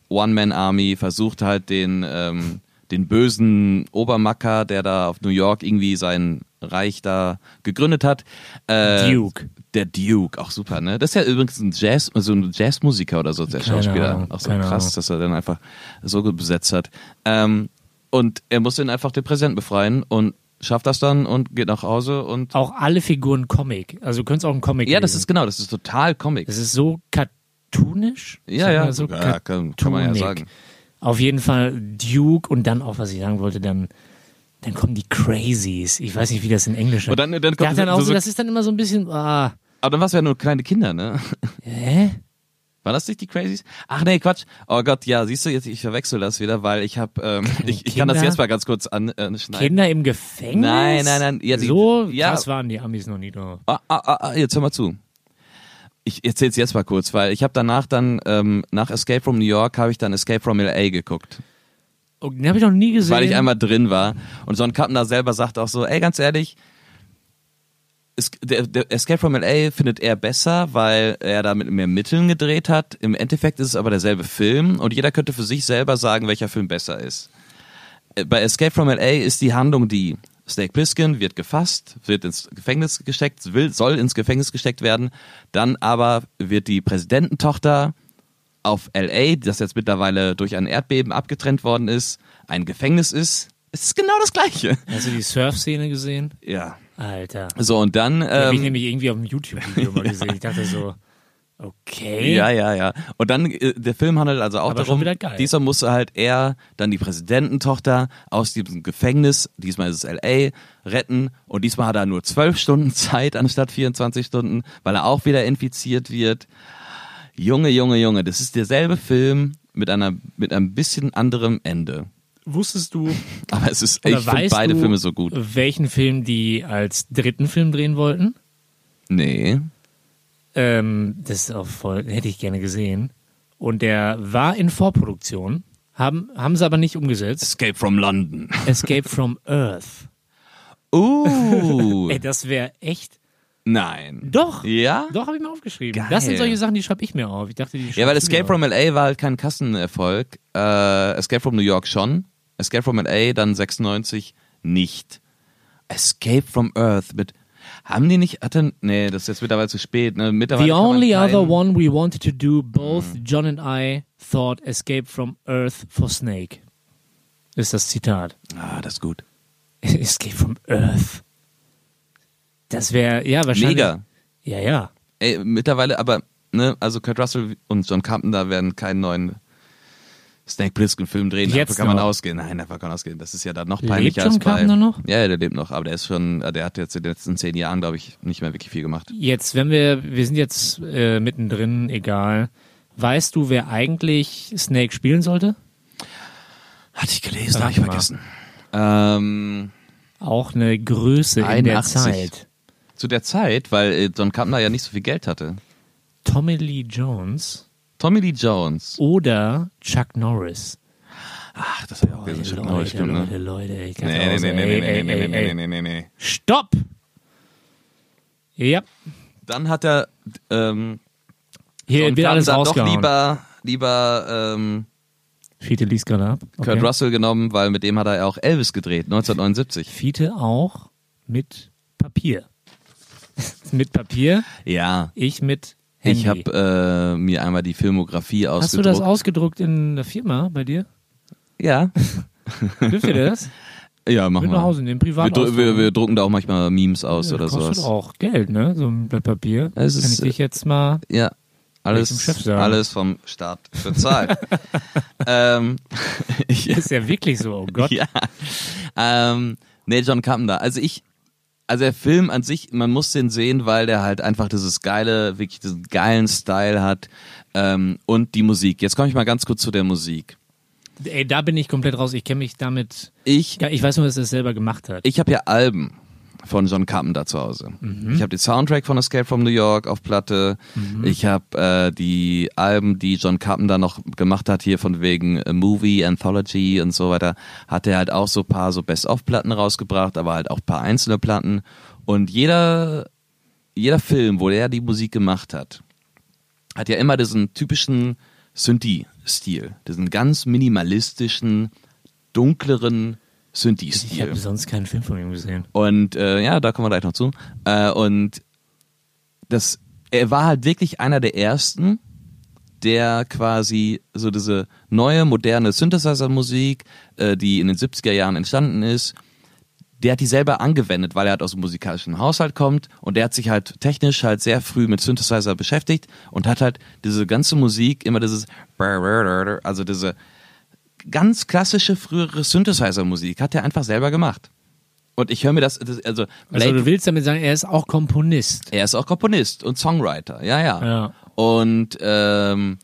One-Man-Army, versucht halt den, ähm, den bösen Obermacker, der da auf New York irgendwie sein Reich da gegründet hat. Äh, Duke. Der Duke, auch super, ne? Das ist ja übrigens ein Jazz, so ein Jazzmusiker oder so, der Keine Schauspieler. Ahnung, auch so keine krass, Ahnung. dass er dann einfach so gut besetzt hat. Ähm, und er muss den einfach den Präsidenten befreien und schafft das dann und geht nach Hause und. Auch alle Figuren Comic. Also du könntest auch einen Comic Ja, das lesen. ist genau, das ist total Comic. Das ist so cartoonisch. Ja, Sag mal ja, So ja kann, kann man ja cartoonig. sagen. Auf jeden Fall Duke und dann auch, was ich sagen wollte, dann, dann kommen die Crazies. Ich weiß nicht, wie das in Englisch Und dann- dann Ja, kommt dann so- auch so, so- Das ist dann immer so ein bisschen, ah, Aber dann waren es ja nur kleine Kinder, ne? hä? War das nicht die Crazies? Ach nee, Quatsch. Oh Gott, ja, siehst du jetzt, ich verwechsel das wieder, weil ich habe, ähm, ich, ich kann das Kinder? jetzt mal ganz kurz äh, anschneiden. Kinder im Gefängnis? Nein, nein, nein, ja, die- so ja. krass waren die Amis noch nie drauf. Ah, ah, ah, ah, jetzt hör mal zu. Ich erzähl's jetzt mal kurz, weil ich habe danach dann, ähm, nach Escape from New York habe ich dann Escape from L.A. geguckt. Oh, den habe ich noch nie gesehen. weil ich einmal drin war. Und John Carpenter selber sagt auch so, ey, ganz ehrlich, es, der, der Escape from L.A. findet er besser, weil er da mit mehr Mitteln gedreht hat. Im Endeffekt ist es aber derselbe Film und jeder könnte für sich selber sagen, welcher Film besser ist. Äh, Bei Escape from L.A. ist die Handlung die. Snake Plissken wird gefasst, wird ins Gefängnis gesteckt, will, soll ins Gefängnis gesteckt werden. Dann aber wird die Präsidententochter auf LA, das jetzt mittlerweile durch ein Erdbeben abgetrennt worden ist, ein Gefängnis ist. Es ist genau das Gleiche. Hast du die Surf-Szene gesehen? Ja. Alter. So, und dann. Die habe ich Also, Ähm, nämlich irgendwie auf dem YouTube-Video mal gesehen. Ich dachte so, okay. ja, ja, ja. Und dann, äh, der Film handelt also auch Aber schon darum, wieder geil. dieser musste halt er, dann die Präsidententochter aus diesem Gefängnis, diesmal ist es L.A., retten. Und diesmal hat er nur zwölf Stunden Zeit anstatt 24 Stunden, weil er auch wieder infiziert wird. Junge, Junge, Junge, das ist derselbe Film mit einer, mit ein bisschen anderem Ende. Wusstest du, Aber es ist, oder ich finde weißt beide du, äh, Filme so gut. welchen Film die als dritten Film drehen wollten? Nee. Ähm, das ist auch voll, hätte ich gerne gesehen. Und der war in Vorproduktion, haben, haben sie aber nicht umgesetzt. Escape from London. Escape from Earth. Uh. Ey, das wäre echt. Nein. Doch, Ja? doch, habe ich mir aufgeschrieben. Geil. Das sind solche Sachen, die schreibe ich mir auf. Ich dachte, die Ja, weil schreibst du Escape dir auf. from LA war halt kein Kassenerfolg. Äh, Escape from New York schon. Escape from LA dann 96 nicht. Escape from Earth mit. Haben die nicht. Hat denn, nee, das ist jetzt mittlerweile zu spät. Ne? Mittlerweile The kann man Mhm. only keinen- other one we wanted to do, both John and I thought Escape from Earth for Snake. Ist das Zitat. Ah, das ist gut. Escape from Earth. Das wäre, ja, wahrscheinlich. Mega. Ja, ja. Ey, mittlerweile, aber, ne, also Kurt Russell und John Carpenter werden keinen neuen Snake Plissken-Film drehen. Jetzt davon kann noch. man ausgehen. Nein, davon kann man ausgehen. Das ist ja dann noch Lebt peinlicher John als bei. Carpenter noch? Ja, ja, der lebt noch, aber der ist schon, äh, der hat jetzt in den letzten zehn Jahren, glaube ich, nicht mehr wirklich viel gemacht. Jetzt, wenn wir, wir sind jetzt äh, mittendrin, egal. Weißt du, wer eigentlich Snake spielen sollte? Hatte ich gelesen, hab habe ich ich vergessen. Ähm, Auch eine Größe in der 81. Zeit. zu der Zeit, weil äh, John Carpenter ja nicht so viel Geld hatte. Tommy Lee Jones Tommy Lee Jones. oder Chuck Norris. Ach, das habe ich auch Leute, gelesen. Stimmt, Leute, oh, stimmt, Leute, ne? Leute, ich kann Nee, nee, raus, nee, ey, nee, nee, nee, ey, nee, ey, nee, nee, ey. nee, nee, nee. Stopp! Ja, Dann hat er, ähm, hier John wird alles Carpenter doch rausgehauen. lieber, lieber, ähm, Fiete liest gerade ab. Kurt Russell genommen, weil mit dem hat er ja auch Elvis gedreht, 1979. Fiete auch mit Papier. mit Papier, Ja. ich mit Handy. Ich habe äh, mir einmal die Filmografie Hast du ausgedruckt. das ausgedruckt in der Firma bei dir? ja. Dürft ihr das? Ja, mach Mit nach mal. Hause nehmen, Wir, privat. dr wir, wir drucken da auch manchmal Memes aus oder das kostet sowas. auch Geld, ne? So ein Blatt Papier. Es Kann ist, ich dich jetzt mal. Ja. Kann ich Alles, dem Chef sagen. alles vom Staat bezahlt. ähm, ich, Ist ja wirklich so, oh Gott. ja. Ähm, nee, John Carpenter. Also ich, also der Film an sich, man muss den sehen, weil der halt einfach dieses geile, wirklich diesen geilen Style hat. Ähm, und die Musik. Jetzt komme ich mal ganz kurz zu der Musik. Ey, da bin ich komplett raus. Ich kenne mich damit. Ich, Ja, Ich weiß nur, dass er es selber gemacht hat. ich habe ja Alben von John Carpenter zu Hause. Ich habe den Soundtrack von Escape from New York auf Platte. Ich habe äh, die Alben, die John Carpenter noch gemacht hat, hier von wegen äh, Movie, Anthology und so weiter, hat er halt auch so paar so Best-of-Platten rausgebracht, aber halt auch paar einzelne Platten. Und jeder, jeder Film, wo er die Musik gemacht hat, hat ja immer diesen typischen Synthie-Stil, diesen ganz minimalistischen, dunkleren Ich Synthie-Stil. habe sonst keinen Film von ihm gesehen. Und äh, ja, da kommen wir gleich noch zu. Äh, und das, er war halt wirklich einer der ersten, der quasi so diese neue, moderne Synthesizer-Musik, äh, die in den 70er Jahren entstanden ist, der hat die selber angewendet, weil er halt aus dem musikalischen Haushalt kommt und der hat sich halt technisch halt sehr früh mit Synthesizer beschäftigt und hat halt diese ganze Musik immer dieses, also diese ganz klassische frühere Synthesizer-Musik hat er einfach selber gemacht. Und ich höre mir das, das also, Also Blake- du willst damit sagen, er ist auch Komponist. er ist auch Komponist und Songwriter, ja, ja. Ja. Und ähm,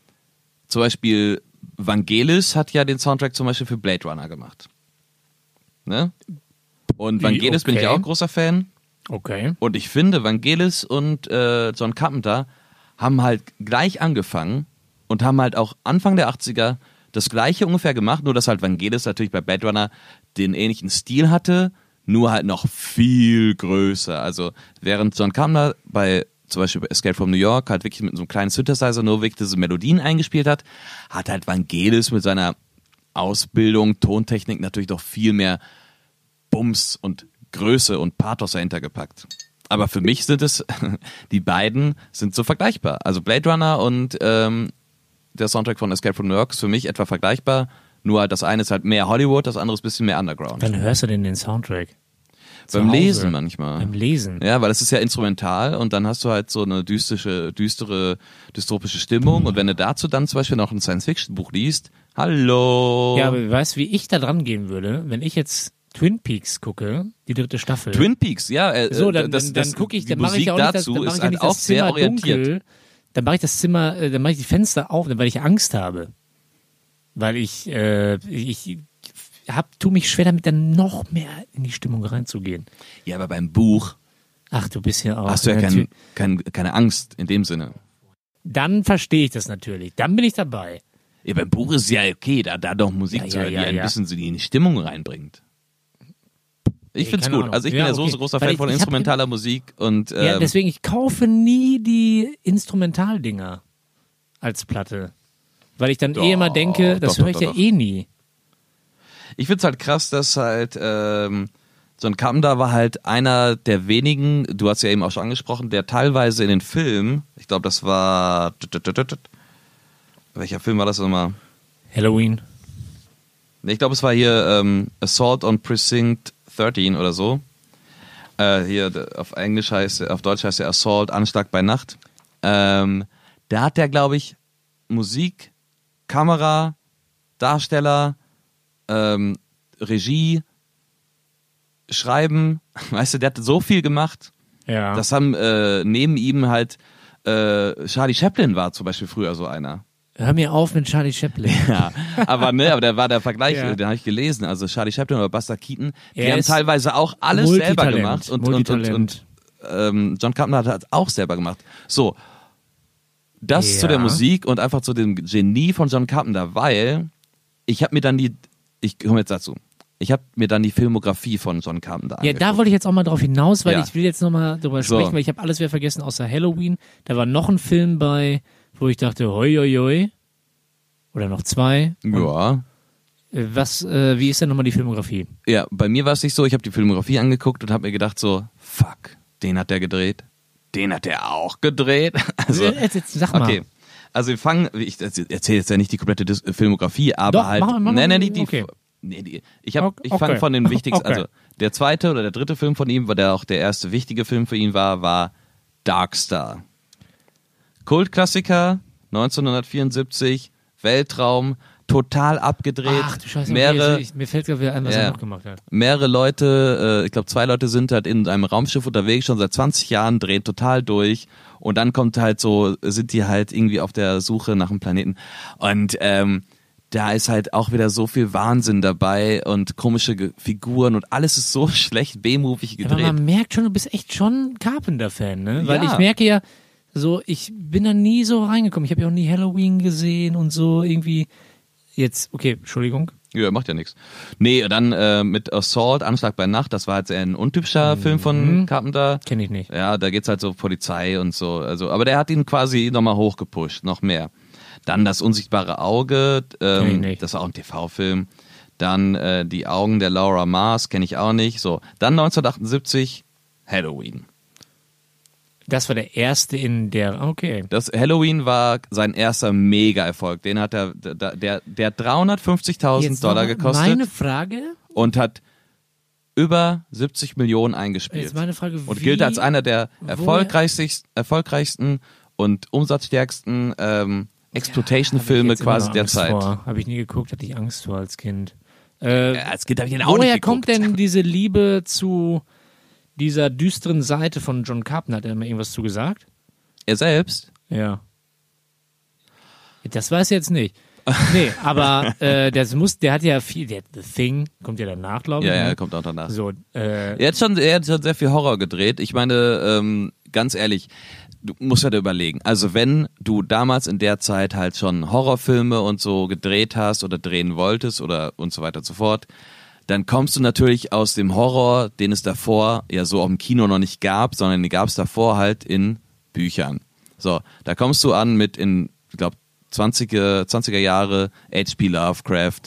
zum Beispiel Vangelis hat ja den Soundtrack zum Beispiel für Blade Runner gemacht. Ne? Und Vangelis bin ich Okay. auch großer Fan. Okay. Und ich finde, Vangelis und äh, John Carpenter haben halt gleich angefangen und haben halt auch Anfang der 80er das gleiche ungefähr gemacht, nur dass halt Vangelis natürlich bei Blade Runner den ähnlichen Stil hatte, nur halt noch viel größer. Also während John Carpenter bei zum Beispiel bei Escape from New York halt wirklich mit so einem kleinen Synthesizer nur wirklich diese Melodien eingespielt hat, hat halt Vangelis mit seiner Ausbildung, Tontechnik natürlich noch viel mehr Bums und Größe und Pathos dahinter gepackt. Aber für mich sind es, die beiden sind so vergleichbar. Also Blade Runner und ähm, der Soundtrack von Escape from New York ist für mich etwa vergleichbar. Nur halt das eine ist halt mehr Hollywood, das andere ist ein bisschen mehr Underground. Wann hörst du denn den Soundtrack? Zu Beim Hause. Lesen manchmal. Beim Lesen. Ja, weil das ist ja instrumental und dann hast du halt so eine düstische, düstere, dystopische Stimmung. Und wenn du dazu dann zum Beispiel noch ein Science-Fiction-Buch liest, hallo. Ja, aber weißt du, wie ich da dran gehen würde, wenn ich jetzt Twin Peaks gucke, die dritte Staffel. Twin Peaks, ja. Äh, so, dann, das, dann, dann das- gucke ich, die dann mache ich Musik ja auch nicht, das, dazu dann mache ich ist ja halt nicht auch das Zimmer sehr orientiert. dunkel. Dann mache ich das Zimmer, äh, dann mache ich die Fenster auf, weil ich Angst habe. Weil ich, äh, ich hab, tu mich schwer damit, dann noch mehr in die Stimmung reinzugehen. Ja, aber beim Buch Ach, du bist ja auch. hast du ja natürlich- kein, kein, keine Angst in dem Sinne. Dann verstehe ich das natürlich. Dann bin ich dabei. Ja, beim Buch ist ja okay, da, da doch Musik Ja, zu ja, hören, ja, die ein ja. bisschen so die Stimmung reinbringt. Ich Ey, find's keine gut. Ahnung. Also ich Ja, bin ja so okay. ein großer Weil Fan ich- von ich hab- instrumentaler Musik und ähm, ja, deswegen, ich kaufe nie die Instrumentaldinger als Platte. Weil ich dann eh immer Doch, denke, das doch, höre ich doch, ja doch. eh nie. ich find's halt krass, dass halt ähm, so ein Kamda war halt einer der wenigen, du hast ja eben auch schon angesprochen, der teilweise in den Filmen, ich glaube, das war welcher Film war das nochmal? Halloween. Nee, Ich glaube, es war hier ähm, Assault on Precinct 13 oder so. Äh, hier d- auf Englisch heißt, äh, auf Deutsch heißt er Assault, Anschlag bei Nacht. Ähm, da hat er, glaube ich, Musik, Kamera, Darsteller, ähm, Regie, Schreiben. Weißt du, der hat so viel gemacht. Ja. Das haben äh, neben ihm halt äh, Charlie Chaplin war zum Beispiel früher so einer. Hör mir auf mit Charlie Chaplin. Ja, aber ne, aber da war der Vergleich, Ja. den habe ich gelesen. Also Charlie Chaplin oder Buster Keaton, die Er haben ist teilweise auch alles Multitalent, selber gemacht und, und, und, Multitalent. und ähm, John Carpenter hat das auch selber gemacht. So, das Ja. zu der Musik und einfach zu dem Genie von John Carpenter, weil ich habe mir dann die, ich komme jetzt dazu, ich habe mir dann die Filmografie von John Carpenter Ja, da wollte ich jetzt auch mal drauf hinaus, weil Ja. ich will jetzt nochmal drüber So. sprechen, weil ich habe alles wieder vergessen, außer Halloween. Da war noch ein Film bei, wo ich dachte, hoi, hoi, hoi. Oder noch zwei. angeguckt. ja. Äh, Was, äh, wie ist denn nochmal die Filmografie? ja, bei mir war es nicht so, ich habe die Filmografie angeguckt und habe mir gedacht so, fuck, den hat der gedreht, den hat der auch gedreht. Also, Äh, jetzt, jetzt, sag mal. Okay. Also wir fangen, ich erzähle jetzt ja nicht die komplette Dis äh, Filmografie, aber Doch, halt. machen wir- machen wir- nein, nein, nicht die. okay. Nee, die ich hab, Ok- ich okay. fand von den wichtigsten, Okay. also der zweite oder der dritte Film von ihm, weil der auch der erste wichtige Film für ihn war, war Darkstar. Kultklassiker, 1974, Weltraum, total abgedreht, Ach du Scheiße, mehrere okay, jetzt- ich, mir fällt gerade wieder ein, was Ja. er noch gemacht hat. mehrere Leute, äh, ich glaube zwei Leute sind halt in einem Raumschiff unterwegs, schon seit 20 Jahren, drehen total durch und dann kommt halt so, sind die halt irgendwie auf der Suche nach einem Planeten und ähm, da ist halt auch wieder so viel Wahnsinn dabei und komische Ge Figuren und alles ist so schlecht B-movig Ja, Aber gedreht. man merkt schon, du bist echt schon ein Carpenter-Fan, ne? Weil Ja. ich merke ja, so, ich bin da nie so reingekommen. Ich habe ja auch nie Halloween gesehen und so irgendwie. Jetzt, okay, Entschuldigung. Ja, macht ja nichts. Nee, dann äh, mit Assault, Anschlag bei Nacht, das war halt sehr ein untypischer Film von Carpenter. Mhm. Kenn ich nicht. Ja, da geht's halt so Polizei und so. Also, aber der hat ihn quasi nochmal hochgepusht, noch mehr. Dann das unsichtbare Auge, Kenn ich ähm, nicht. das war auch ein TV-Film. Dann äh, die Augen der Laura Mars, kenne ich auch nicht. So, dann 1978 Halloween. Das war der erste in der. ah, Okay. Das Halloween war sein erster Mega-Erfolg. Den hat er, der, der, der hat 350.000 Jetzt noch Dollar mal gekostet Meine Frage. und hat über 70 Millionen eingespielt. äh, Jetzt meine Frage, und wie- gilt als einer der woher- erfolgreichsten, erfolgreichsten und umsatzstärksten ähm, Exploitation-Filme quasi der Zeit. Habe ich nie geguckt, hatte ich Angst vor als Kind. Äh, Ja, Als Kind habe ich den woher geguckt. kommt denn diese Liebe zu dieser düsteren Seite von John Carpenter? Hat er mal irgendwas zu gesagt? Er selbst? Ja. Das weiß ich jetzt nicht. Nee, aber äh, das muss, der hat ja viel, der The Thing kommt ja danach, glaube ich. Ja, ja, ne? er kommt auch danach. So, äh, Er hat schon, er hat schon sehr viel Horror gedreht. Ich meine, ähm, ganz ehrlich, du musst ja da überlegen. Also wenn du damals in der Zeit halt schon Horrorfilme und so gedreht hast oder drehen wolltest oder und so weiter und so fort, dann kommst du natürlich aus dem Horror, den es davor ja so auch im Kino noch nicht gab, sondern den gab es davor halt in Büchern. So, da kommst du an mit in, ich glaube, 20er, 20er Jahre H.P. Lovecraft,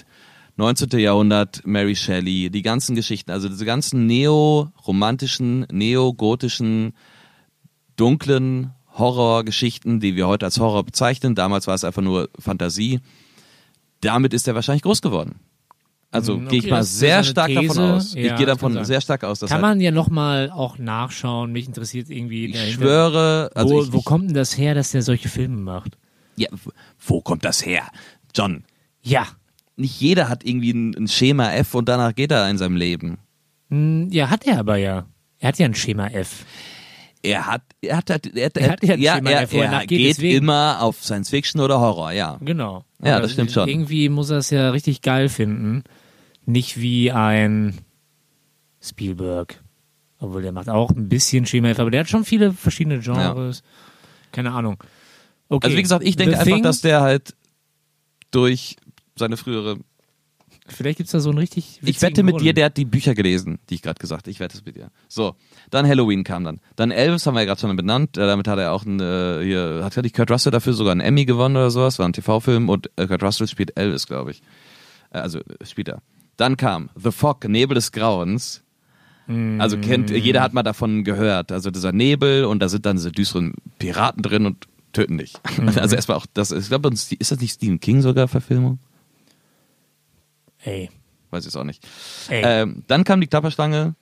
19. Jahrhundert, Mary Shelley, die ganzen Geschichten, also diese ganzen neoromantischen, neogotischen, dunklen Horrorgeschichten, die wir heute als Horror bezeichnen, damals war es einfach nur Fantasie, damit ist er wahrscheinlich groß geworden. Also Hm, gehe ich okay, mal das ist sehr eine stark davon These. aus. Ja, ich gehe das kann davon sein. sehr stark aus, dass Kann halt, man ja nochmal auch nachschauen. Mich interessiert irgendwie. der ich Hinter- schwöre, also wo, ich, wo ich, kommt denn das her, dass der solche Filme macht? ja, wo kommt das her? John, Ja. nicht jeder hat irgendwie ein, ein Schema F und danach geht er in seinem Leben. Hm, Ja, hat er aber ja. Er hat ja ein Schema F. Er hat, er hat, er hat, er, Er hat ja ein ja, Schema er, F, wo er er nachgeht, geht deswegen. immer auf Science Fiction oder Horror, ja. Genau. Ja, Aber das stimmt schon. Irgendwie muss er es ja richtig geil finden. Nicht wie ein Spielberg. Obwohl der macht auch ein bisschen Schema F, aber der hat schon viele verschiedene Genres. Keine Ahnung. Okay. Also wie gesagt, ich denke The einfach, Thing, dass der halt durch seine frühere. Vielleicht gibt es da so einen richtig. Ich witzigen wette mit Grund. dir, der hat die Bücher gelesen, die ich gerade gesagt. Ich wette es mit dir. So, dann Halloween kam dann. Dann Elvis haben wir ja gerade schon benannt. Äh, Damit hat er auch einen, äh, hier hat nicht Kurt Russell dafür sogar einen Emmy gewonnen oder sowas. War ein TV-Film und äh, Kurt Russell spielt Elvis, glaube ich. Äh, also äh, spielt er. Dann kam The Fog, Nebel des Grauens. Also kennt, jeder hat mal davon gehört. Also dieser Nebel und da sind dann diese düsteren Piraten drin und töten dich. Also erstmal auch das, ich glaube, ist das nicht Stephen King sogar Verfilmung? Ey. Weiß ich es auch nicht. Ey. Ähm, dann kam die Klapperschlange,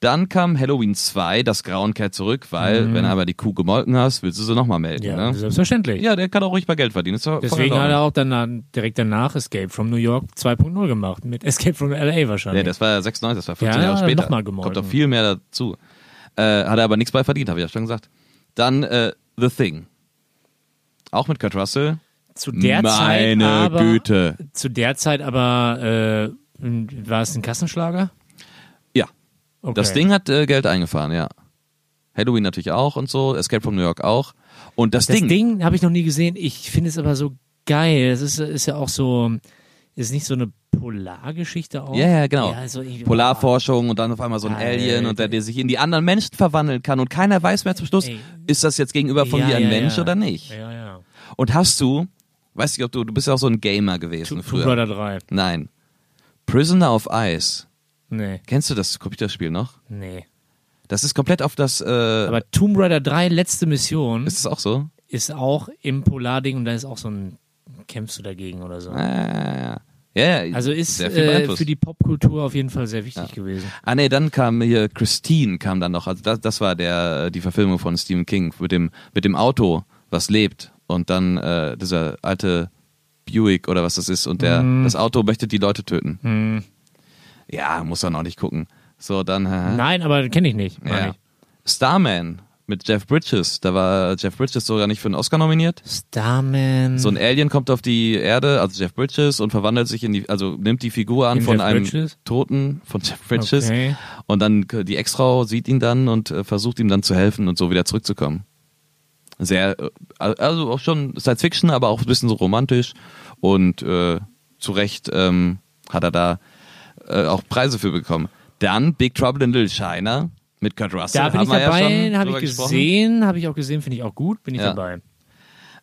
dann kam Halloween 2, das Grauen kehrt zurück, weil wenn aber die Kuh gemolken hast, willst du sie nochmal melden. Mhm. ja, Ja, ne? selbstverständlich. ja, der kann auch ruhig mal Geld verdienen. Ist doch Deswegen voll genau. in hat Ordnung. er auch dann direkt danach Escape from New York 2.0 gemacht. Mit Escape from LA wahrscheinlich. Nee, das war ja 96, das war 15 Ja, Jahre später. noch mal gemolken. Kommt doch viel mehr dazu. Äh, hat er aber nichts bei verdient, habe ich ja schon gesagt. Dann äh, The Thing. Auch mit Kurt Russell. zu der Zeit. Meine aber, Güte. Zu der Zeit aber äh, m- war es ein Kassenschlager? Ja. Okay. Das Ding hat äh, Geld eingefahren, ja. Halloween natürlich auch und so, Escape from New York auch. Und das, Das Ding, Ding, habe ich noch nie gesehen. Ich finde es aber so geil. Das ist, ist ja auch so. Ist nicht so eine Polargeschichte auch? Ja, ja, genau. so irgendwie- Polarforschung und dann auf einmal so ein Alter. Alien und der, der sich in die anderen Menschen verwandeln kann und keiner weiß mehr zum Schluss, Ey. ist das jetzt gegenüber von Ja, dir ein ja, Mensch ja. oder nicht? Ja, ja. Und hast du, weiß nicht, ob du, du bist ja auch so ein Gamer gewesen Two, Two früher. Brother 3. Nein. Prisoner of Ice. Nee, Kennst du das Computerspiel noch? nee. Das ist komplett auf das. Äh, Aber Tomb Raider 3, letzte Mission, ist es auch so? ist auch im Polarding und da ist auch so ein, kämpfst du dagegen oder so. Ah, ja, ja, ja. Also ist sehr viel äh, beeinflusst. für die Popkultur auf jeden Fall sehr wichtig gewesen. Ah nee, dann kam hier Christine kam dann noch. Also das, das war der äh, die Verfilmung von Stephen King mit dem mit dem Auto, was lebt und dann äh, dieser alte Buick oder was das ist und der Mhm. das Auto möchte die Leute töten. Ja, muss dann auch nicht gucken. So dann äh, Nein, aber kenne ich nicht. ja. Ja. Ich. Starman mit Jeff Bridges. Da war Jeff Bridges sogar nicht für einen Oscar nominiert. Starman. So ein Alien kommt auf die Erde, also Jeff Bridges, und verwandelt sich in die, also nimmt die Figur an In von Jeff einem Bridges? Toten, von Jeff Bridges. Okay. Und dann äh, die Ex-Frau sieht ihn dann und äh, versucht ihm dann zu helfen und so wieder zurückzukommen. Sehr, äh, also auch schon Science Fiction, aber auch ein bisschen so romantisch. Und äh, zu Recht ähm, hat er da äh, auch Preise für bekommen. Dann Big Trouble in Little China mit Kurt Russell. da bin ich Haben wir dabei, ja schon habe ich drüber gesprochen. gesehen, habe ich auch gesehen, finde ich auch gut, bin ich Ja. dabei.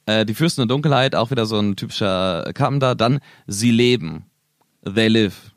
Äh, die Fürsten der Dunkelheit, auch wieder so ein typischer Kappen da. Dann Sie leben. They live.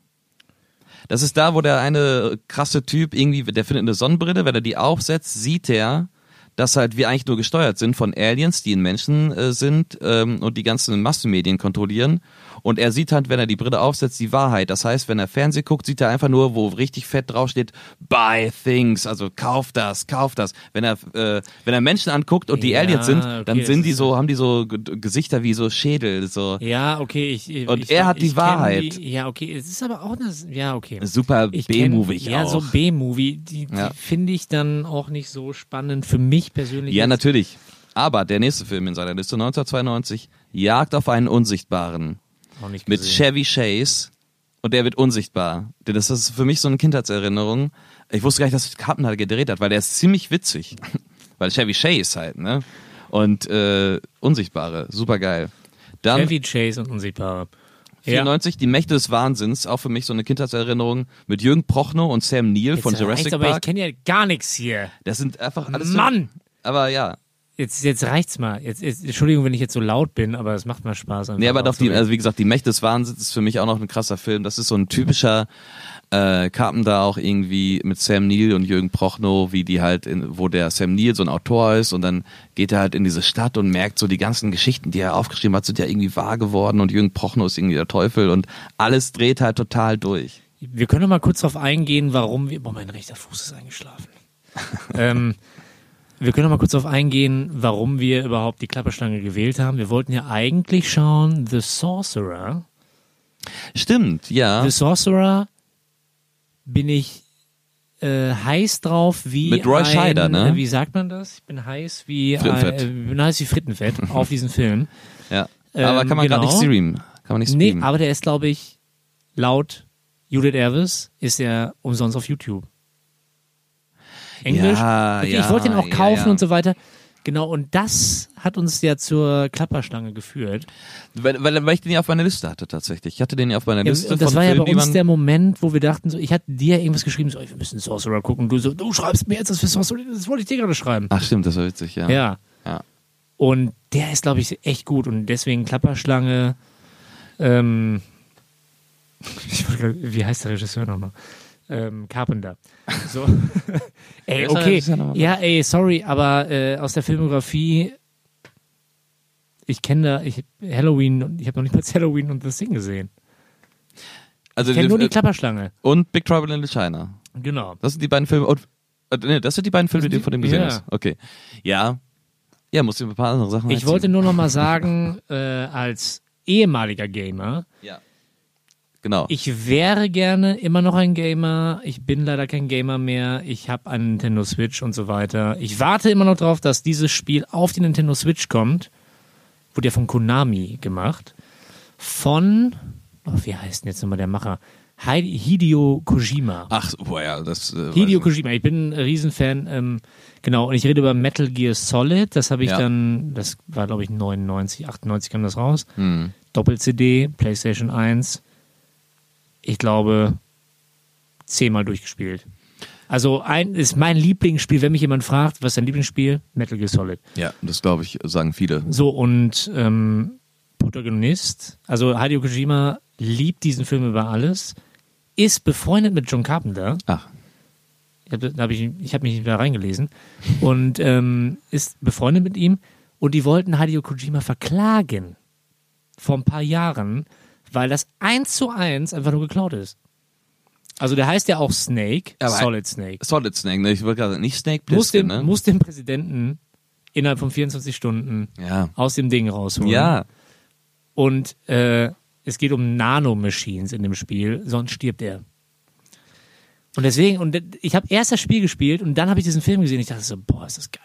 Das ist da, wo der eine krasse Typ irgendwie, der findet eine Sonnenbrille, wenn er die aufsetzt, sieht er, dass halt wir eigentlich nur gesteuert sind von Aliens, die in Menschen äh, sind ähm, und die ganzen Massenmedien kontrollieren. Und er sieht halt, wenn er die Brille aufsetzt, die Wahrheit. Das heißt, wenn er Fernseh guckt, sieht er einfach nur, wo richtig fett draufsteht, buy things, also kauf das, kauf das. Wenn er, äh, wenn er Menschen anguckt und die Ja, Aliens sind, okay, dann sind das die ist- so, haben die so G Gesichter wie so Schädel, so Ja, okay, ich, ich Und ich, er hat die ich kenn Wahrheit. Die, ja, okay, es ist aber auch eine ja, okay. super Ich kenn- B-Movie Ja, auch. so B-Movie, die, die Ja. finde ich dann auch nicht so spannend für mich persönlich. Ja, jetzt. natürlich. Aber der nächste Film in seiner Liste 1992, Jagd auf einen Unsichtbaren Auch nicht mit gesehen. Chevy Chase und der wird unsichtbar. Denn Das ist für mich so eine Kindheitserinnerung. Ich wusste gar nicht, dass Carpenter gedreht hat, weil der ist ziemlich witzig. weil Chevy Chase halt, ne? Und äh, Unsichtbare, super geil. Dann Chevy Chase und Unsichtbare. Ja. 94, Die Mächte des Wahnsinns, auch für mich so eine Kindheitserinnerung mit Jürgen Prochnow und Sam Neill von Jetzt reicht's, Jurassic aber ich Park. kenne ja gar nichts hier. Das sind einfach alles. Mann! So, aber ja, Jetzt, jetzt reicht's mal. Jetzt, jetzt, Entschuldigung, wenn ich jetzt so laut bin, aber es macht mal Spaß. einfach Nee, aber doch, die, aufzureden. also wie gesagt, die Mächte des Wahnsinns ist für mich auch noch ein krasser Film. Das ist so ein typischer äh, Carpenter auch irgendwie mit Sam Neill und Jürgen Prochnow, wie die halt, in, wo der Sam Neill so ein Autor ist und dann geht er halt in diese Stadt und merkt so die ganzen Geschichten, die er aufgeschrieben hat, sind ja irgendwie wahr geworden und Jürgen Prochnow ist irgendwie der Teufel und alles dreht halt total durch. Wir können noch mal kurz darauf eingehen, warum wir. Boah, mein rechter Fuß ist eingeschlafen. ähm, wir können noch mal kurz darauf eingehen, warum wir überhaupt die Klapperschlange gewählt haben. Wir wollten ja eigentlich schauen The Sorcerer. Stimmt, ja. The Sorcerer bin ich äh, heiß drauf wie Mit Roy ein, Scheider, ne? äh, Wie sagt man das? Ich bin heiß wie ein, Frittenfett. äh, ich bin heiß wie Frittenfett auf diesen Film. ja. Aber ähm, kann man gerade genau. nicht streamen. Kann man nicht Nee, streamen. aber der ist glaube ich laut Judith Ervis ist er umsonst auf YouTube. Englisch. Ja, ich, ja, ich wollte ihn auch ja, kaufen ja. und so weiter. Genau, und das hat uns ja zur Klapperschlange geführt. weil, weil, weil ich den ja auf meiner Liste hatte tatsächlich. Ich hatte den ja auf meiner Ja, Liste und das von war ja Filmen, bei die uns man- der Moment, wo wir dachten, so, ich hatte dir irgendwas geschrieben, so, ey, wir müssen Sorcerer gucken. Und du so, du schreibst mir jetzt das für Sorcerer, das wollte ich dir gerade schreiben. Ach stimmt, das war witzig, ja. Ja. Ja. Und der ist, glaube ich, echt gut und deswegen Klapperschlange. Ähm, ich wollte grad, wie heißt der Regisseur nochmal? Ähm, Carpenter. So. ey, Wer ist der okay. Regisseur nochmal? Ja, ey, sorry, aber äh, aus der Filmografie, ich kenne da, ich Halloween, und- ich habe noch nicht mal Halloween und The Thing gesehen. Also Ich kenne nur die äh, Klapperschlange. und Big Trouble in Little China. Genau. Das sind die beiden Filme. Und, äh, nee, das sind die beiden Filme, die du von dem gesehen ja. hast. Okay. Ja. Ja, musst du ein paar andere Sachen Ich reinziehen. wollte nur nochmal sagen, äh, als ehemaliger Gamer, Ja. Genau. Ich wäre gerne immer noch ein Gamer. Ich bin leider kein Gamer mehr. Ich habe einen Nintendo Switch und so weiter. Ich warte immer noch drauf, dass dieses Spiel auf die Nintendo Switch kommt. Wurde ja von Konami gemacht. Von, oh, wie heißt denn jetzt nochmal der Macher? Heidi- Hideo Kojima. Ach, boah, ja, das. Äh, Hideo weiß ich Kojima, ich bin ein Riesenfan. Ähm, genau, und ich rede über Metal Gear Solid. Das habe ich Ja. dann, das war glaube ich 99, 98 kam das raus. nicht. Hm. Doppel-CD, PlayStation 1, ich glaube, zehnmal durchgespielt. Also ein ist mein Lieblingsspiel, wenn mich jemand fragt, was ist dein Lieblingsspiel? Metal Gear Solid. Ja, das glaube ich, sagen viele. So, und ähm, Protagonist, also Hideo Kojima liebt diesen Film über alles, ist befreundet mit John Carpenter. Ach. Ich habe hab ich, ich hab mich da reingelesen. Und ähm, ist befreundet mit ihm. Und die wollten Hideo Kojima verklagen. Vor ein paar Jahren, weil das eins zu eins einfach nur geklaut ist. Also der heißt ja auch Snake, Aber- Solid Snake. Solid Snake, ne? Ich wollte gerade sagen, nicht Snake Muss Plissken, den, ne? muss den Präsidenten innerhalb von 24 Stunden ja. aus dem Ding rausholen. Ja. Und äh, es geht um Nanomachines in dem Spiel, sonst stirbt er. Und deswegen, und ich habe erst das Spiel gespielt und dann habe ich diesen Film gesehen. Ich dachte so, boah, ist das geil.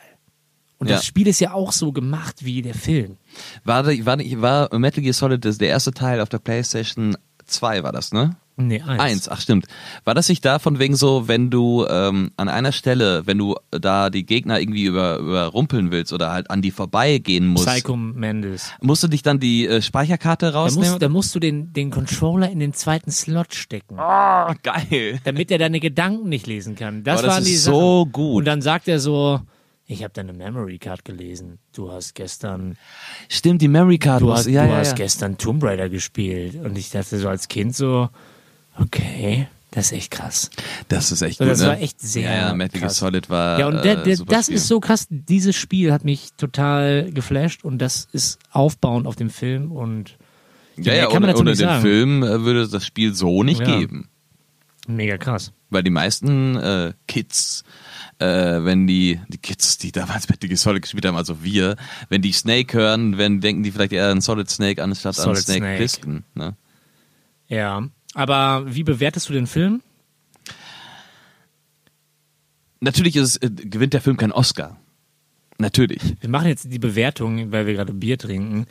Und Ja. das Spiel ist ja auch so gemacht wie der Film. War, die- war, die- war Metal Gear Solid das, der erste Teil auf der PlayStation 2 war das, ne? Nee, eins. Eins, ach stimmt. War das nicht da von wegen so, wenn du ähm, an einer Stelle, wenn du da die Gegner irgendwie über, überrumpeln willst oder halt an die vorbeigehen musst, Psycho Mendes. musst du dich dann die äh, Speicherkarte Da rausnehmen? musst, da musst du den, den Controller in den zweiten Slot stecken, Ah, geil. damit er deine Gedanken nicht lesen kann. Das, Aber das waren die ist so Sachen. gut. Und dann sagt er so, ich habe deine Memory Card gelesen. Du hast gestern Stimmt, die Memory Card. du muss- hast, ja, du ja, hast ja. gestern Tomb Raider gespielt. Und ich dachte so als Kind so, okay, das ist echt krass. Das ist echt So, gut, das ne? war echt sehr Ja, ja, Metal Gear krass. Solid war ja, und der, äh, der, super das Spiel. ist so krass. Dieses Spiel hat mich total geflasht und das ist aufbauend auf dem Film und Ja, mehr ja, kann man ohne, dazu ohne den nicht sagen. Film äh, würde es das Spiel so nicht Ja. geben. mega krass. Weil die meisten äh, Kids, äh, wenn die, die Kids, die damals Metal Gear Solid gespielt haben, also wir, wenn die Snake hören, wenn denken die vielleicht eher an Solid Snake anstatt an Solid Snake, Snake. Plissken. Ne? Ja. Aber wie bewertest du den Film? Natürlich ist es, äh, gewinnt der Film keinen Oscar. Natürlich. Wir machen jetzt die Bewertung, weil wir gerade Bier trinken.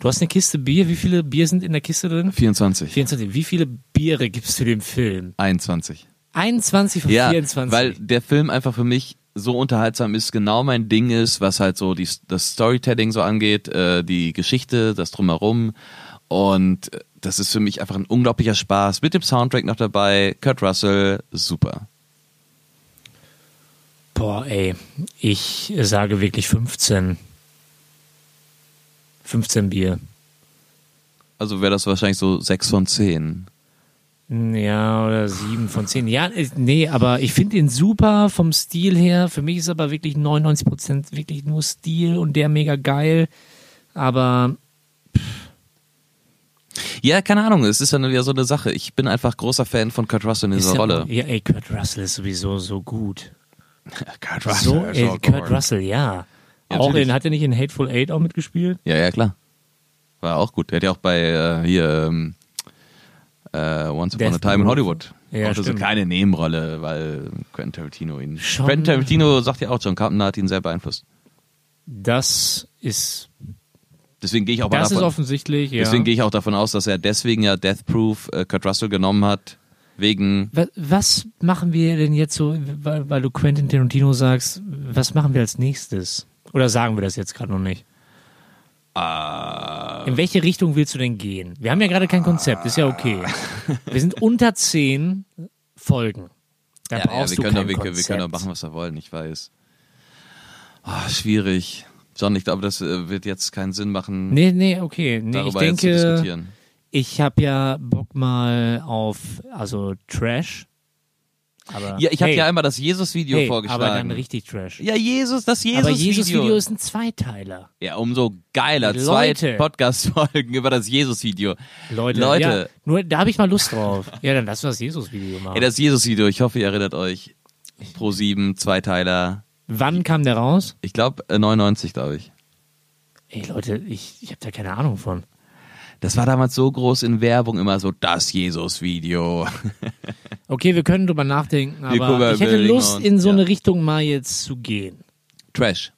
Du hast eine Kiste Bier. Wie viele Bier sind in der Kiste drin? 24. 24. Wie viele Biere gibst du dem Film? 21. 21 von Ja, 24. weil der Film einfach für mich so unterhaltsam ist, genau mein Ding ist, was halt so die, das Storytelling so angeht, äh, die Geschichte, das Drumherum. Und äh, das ist für mich einfach ein unglaublicher Spaß. Mit dem Soundtrack noch dabei, Kurt Russell, super. Boah, ey. Ich sage wirklich 15. 15 Bier. Also wäre das wahrscheinlich so 6 von 10. Ja, oder sieben von zehn. Ja, äh, nee, aber ich finde ihn super vom Stil her. Für mich ist aber wirklich 99 Prozent wirklich nur Stil und der mega geil. Aber Ja, keine Ahnung, es ist dann wieder so eine Sache. Ich bin einfach großer Fan von Kurt Russell in dieser ist Rolle. Ja, ja, ey, Kurt Russell ist sowieso so gut. Kurt So, ey, Kurt Russell, ja. Ja, auch natürlich. in, hat er nicht in Hateful Eight auch mitgespielt? Ja, ja, klar. War auch gut. Der hat ja auch bei äh, hier ähm, äh, Once Upon a Death Time in Proof. Hollywood. Ja, auch so stimmt. keine Nebenrolle, weil Quentin Tarantino ihn. Schon- Quentin Tarantino sagt ja auch, John Carpenter hat ihn sehr beeinflusst. Das ist, Deswegen gehe ich auch mal das ist davon, offensichtlich, ja. deswegen gehe ich auch davon aus, dass er deswegen ja Death Proof äh, Kurt Russell genommen hat wegen Wa- Was machen wir denn jetzt so, weil, weil du Quentin Tarantino sagst, was machen wir als nächstes? Oder sagen wir das jetzt gerade noch nicht? Äh. In welche Richtung willst du denn gehen? Wir haben ja gerade kein Konzept, ist ja okay. Wir sind unter zehn Folgen. Da Ja, ja, brauchst wir, du können doch, kein wir, können- wir Konzept. können doch machen, was wir wollen, ich weiß. Ah, schwierig. John, ich glaube, das äh, wird jetzt keinen Sinn machen, Nee, nee, okay. Nee, ich darüber jetzt zu denke, diskutieren. ich habe ja Bock mal auf, also Trash. Aber, Ja, ich habe hey, ja einmal das Jesus-Video hey, vorgeschlagen. Aber dann richtig Trash. ja, Jesus, das aber Jesus-Video. Jesus-Video ist ein Zweiteiler. ja, umso geiler. Zwei Leute. Podcast-Folgen über das Jesus-Video. Leute, Leute. Ja, nur da habe ich mal Lust drauf. ja, dann lassen wir das Jesus-Video Ey, machen. das Jesus-Video, ich hoffe, ihr erinnert euch. Pro 7, Zweiteiler. Wann kam der raus? Ich glaube, äh, 99, glaube ich. Ey, Leute, ich, ich habe da keine Ahnung von. Das war damals so groß in Werbung, immer so das Jesus-Video. Okay, wir können drüber nachdenken, Wir gucken mal aber ich hätte Bilder Lust, und- in so ja. eine Richtung mal jetzt zu gehen. Trash.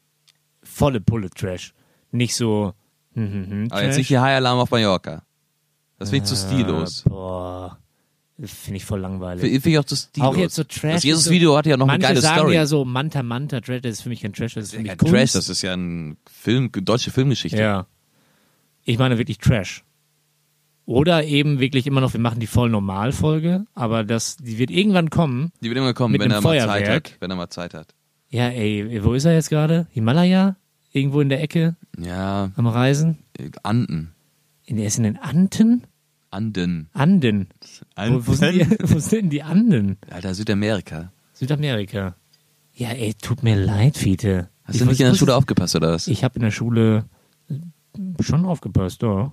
Volle Pulle Trash. Nicht so. Hm, hm, hm, Aber Trash. jetzt nicht die High Alarm auf Mallorca. Das finde ich zu stillos. Ah, boah. Finde ich voll langweilig. Finde ich auch zu stillos. Auch jetzt so Trash Das ist Jesus-Video hatte ja noch eine Manche geile sagen Story. ja so Manta Manta Trash, das ist für mich kein Trash, das ist für mich Kein Kunst. Trash, das ist ja ein Film, deutsche Filmgeschichte. Ja. Ich meine wirklich Trash. Oder eben wirklich immer noch, wir machen die voll Normalfolge, aber das, die wird irgendwann kommen. Die wird immer kommen, Mit wenn er einem mal Zeit Feuerwerk. hat. Wenn er mal Zeit hat. Ja, ey, wo ist er jetzt gerade? Himalaya? Irgendwo in der Ecke Ja, am Reisen? äh, Anden. In, er ist in den Anden? Anden. Anden. Wo, wo, sind die, wo sind denn die Anden? Alter, Südamerika. Südamerika. Ja, ey, tut mir leid, Fiete. Hast du nicht in der muss- Schule aufgepasst oder was? Ich habe in der Schule schon aufgepasst, ja.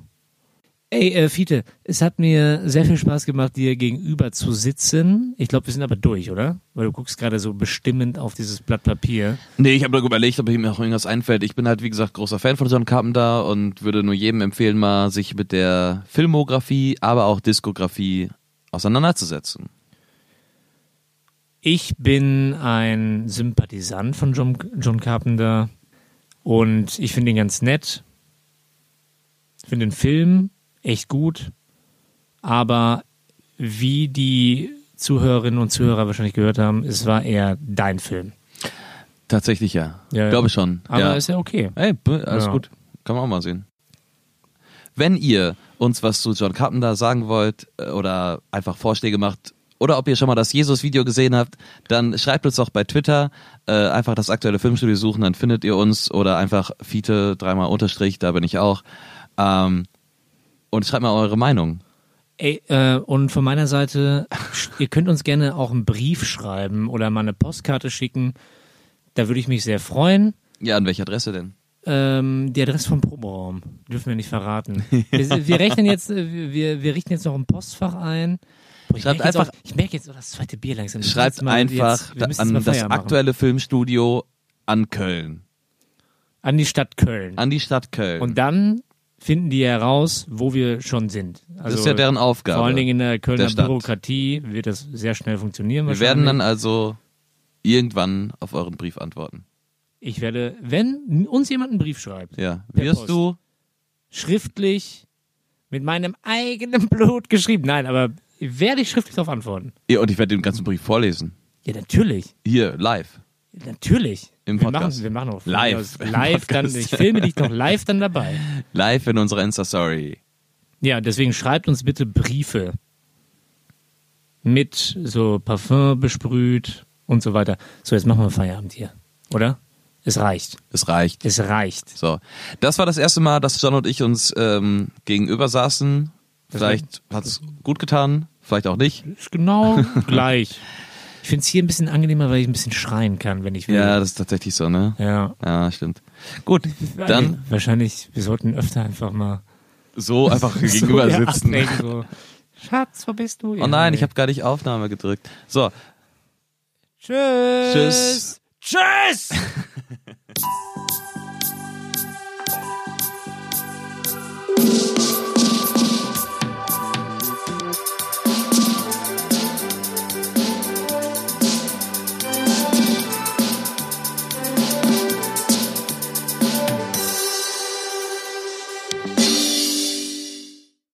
Ey, äh, Fiete, es hat mir sehr viel Spaß gemacht, dir gegenüber zu sitzen. Ich glaube, wir sind aber durch, oder? Weil du guckst gerade so bestimmend auf dieses Blatt Papier. Nee, ich habe darüber überlegt, ob mir noch irgendwas einfällt. Ich bin halt, wie gesagt, großer Fan von John Carpenter und würde nur jedem empfehlen, mal sich mit der Filmografie, aber auch Diskografie auseinanderzusetzen. Ich bin ein Sympathisant von John, John Carpenter und ich finde ihn ganz nett. Ich finde den Film echt gut, aber wie die Zuhörerinnen und Zuhörer wahrscheinlich gehört haben, es war eher dein Film. Tatsächlich ja. Ja, ja. Glaube schon. Aber ja. ist ja okay. Ey, b- alles Ja. gut. Kann man auch mal sehen. Wenn ihr uns was zu John Carpenter sagen wollt äh, oder einfach Vorschläge macht oder ob ihr schon mal das Jesus-Video gesehen habt, dann schreibt uns doch bei Twitter. Äh, einfach das aktuelle Filmstudio suchen, dann findet ihr uns oder einfach Fiete dreimal Unterstrich, da bin ich auch. Ähm, und schreibt mal eure Meinung. Ey, äh, und von meiner Seite, sch- ihr könnt uns gerne auch einen Brief schreiben oder mal eine Postkarte schicken. Da würde ich mich sehr freuen. Ja, an welche Adresse denn? Ähm, die Adresse vom Proberaum dürfen wir nicht verraten. Wir, wir rechnen jetzt, äh, wir, wir richten jetzt noch ein Postfach ein. Boah, ich Schreibt merke jetzt einfach- Auch, ich merke jetzt auch das zweite Bier langsam. Ich muss Schreibt jetzt mal einfach jetzt, wir müssen jetzt an mal das Feier machen. aktuelle Filmstudio an Köln. an die Stadt Köln. An die Stadt Köln. und dann finden die heraus, wo wir schon sind. das Also ist ja deren Aufgabe. vor allen Dingen in der Kölner Stadt. Bürokratie wird das sehr schnell funktionieren. Wir werden wahrscheinlich. dann also irgendwann auf euren Brief antworten. Ich werde, wenn uns jemand einen Brief schreibt, Ja. Per Wirst Post. du? schriftlich mit meinem eigenen Blut geschrieben. Nein, aber werde ich schriftlich darauf antworten. Ja, und ich werde den ganzen Brief vorlesen. Ja, natürlich. Hier, live. Natürlich. Im wir Podcast. machen, wir machen auch Live. aus- Im live dann, Podcast. ich filme dich noch live dann dabei. Live in unserer Insta-Story. Ja, deswegen schreibt uns bitte Briefe mit so Parfüm besprüht und so weiter. So, jetzt machen wir Feierabend hier, oder? Es reicht. Es reicht. Es reicht. So. Das war das erste Mal, dass John und ich uns ähm, gegenüber saßen. Vielleicht hat es gut getan, vielleicht auch nicht. Ist genau gleich. Ich finde es hier ein bisschen angenehmer, weil ich ein bisschen schreien kann, wenn ich will. Ja, das ist tatsächlich so, ne? ja. Ja, stimmt. Gut, dann Wahrscheinlich, wir sollten öfter einfach mal so einfach gegenüber so, ja, sitzen. ablenken, so. Schatz, wo bist du? Oh nein, ich habe gar nicht Aufnahme gedrückt. So, Tschüss. tschüss. Tschüss!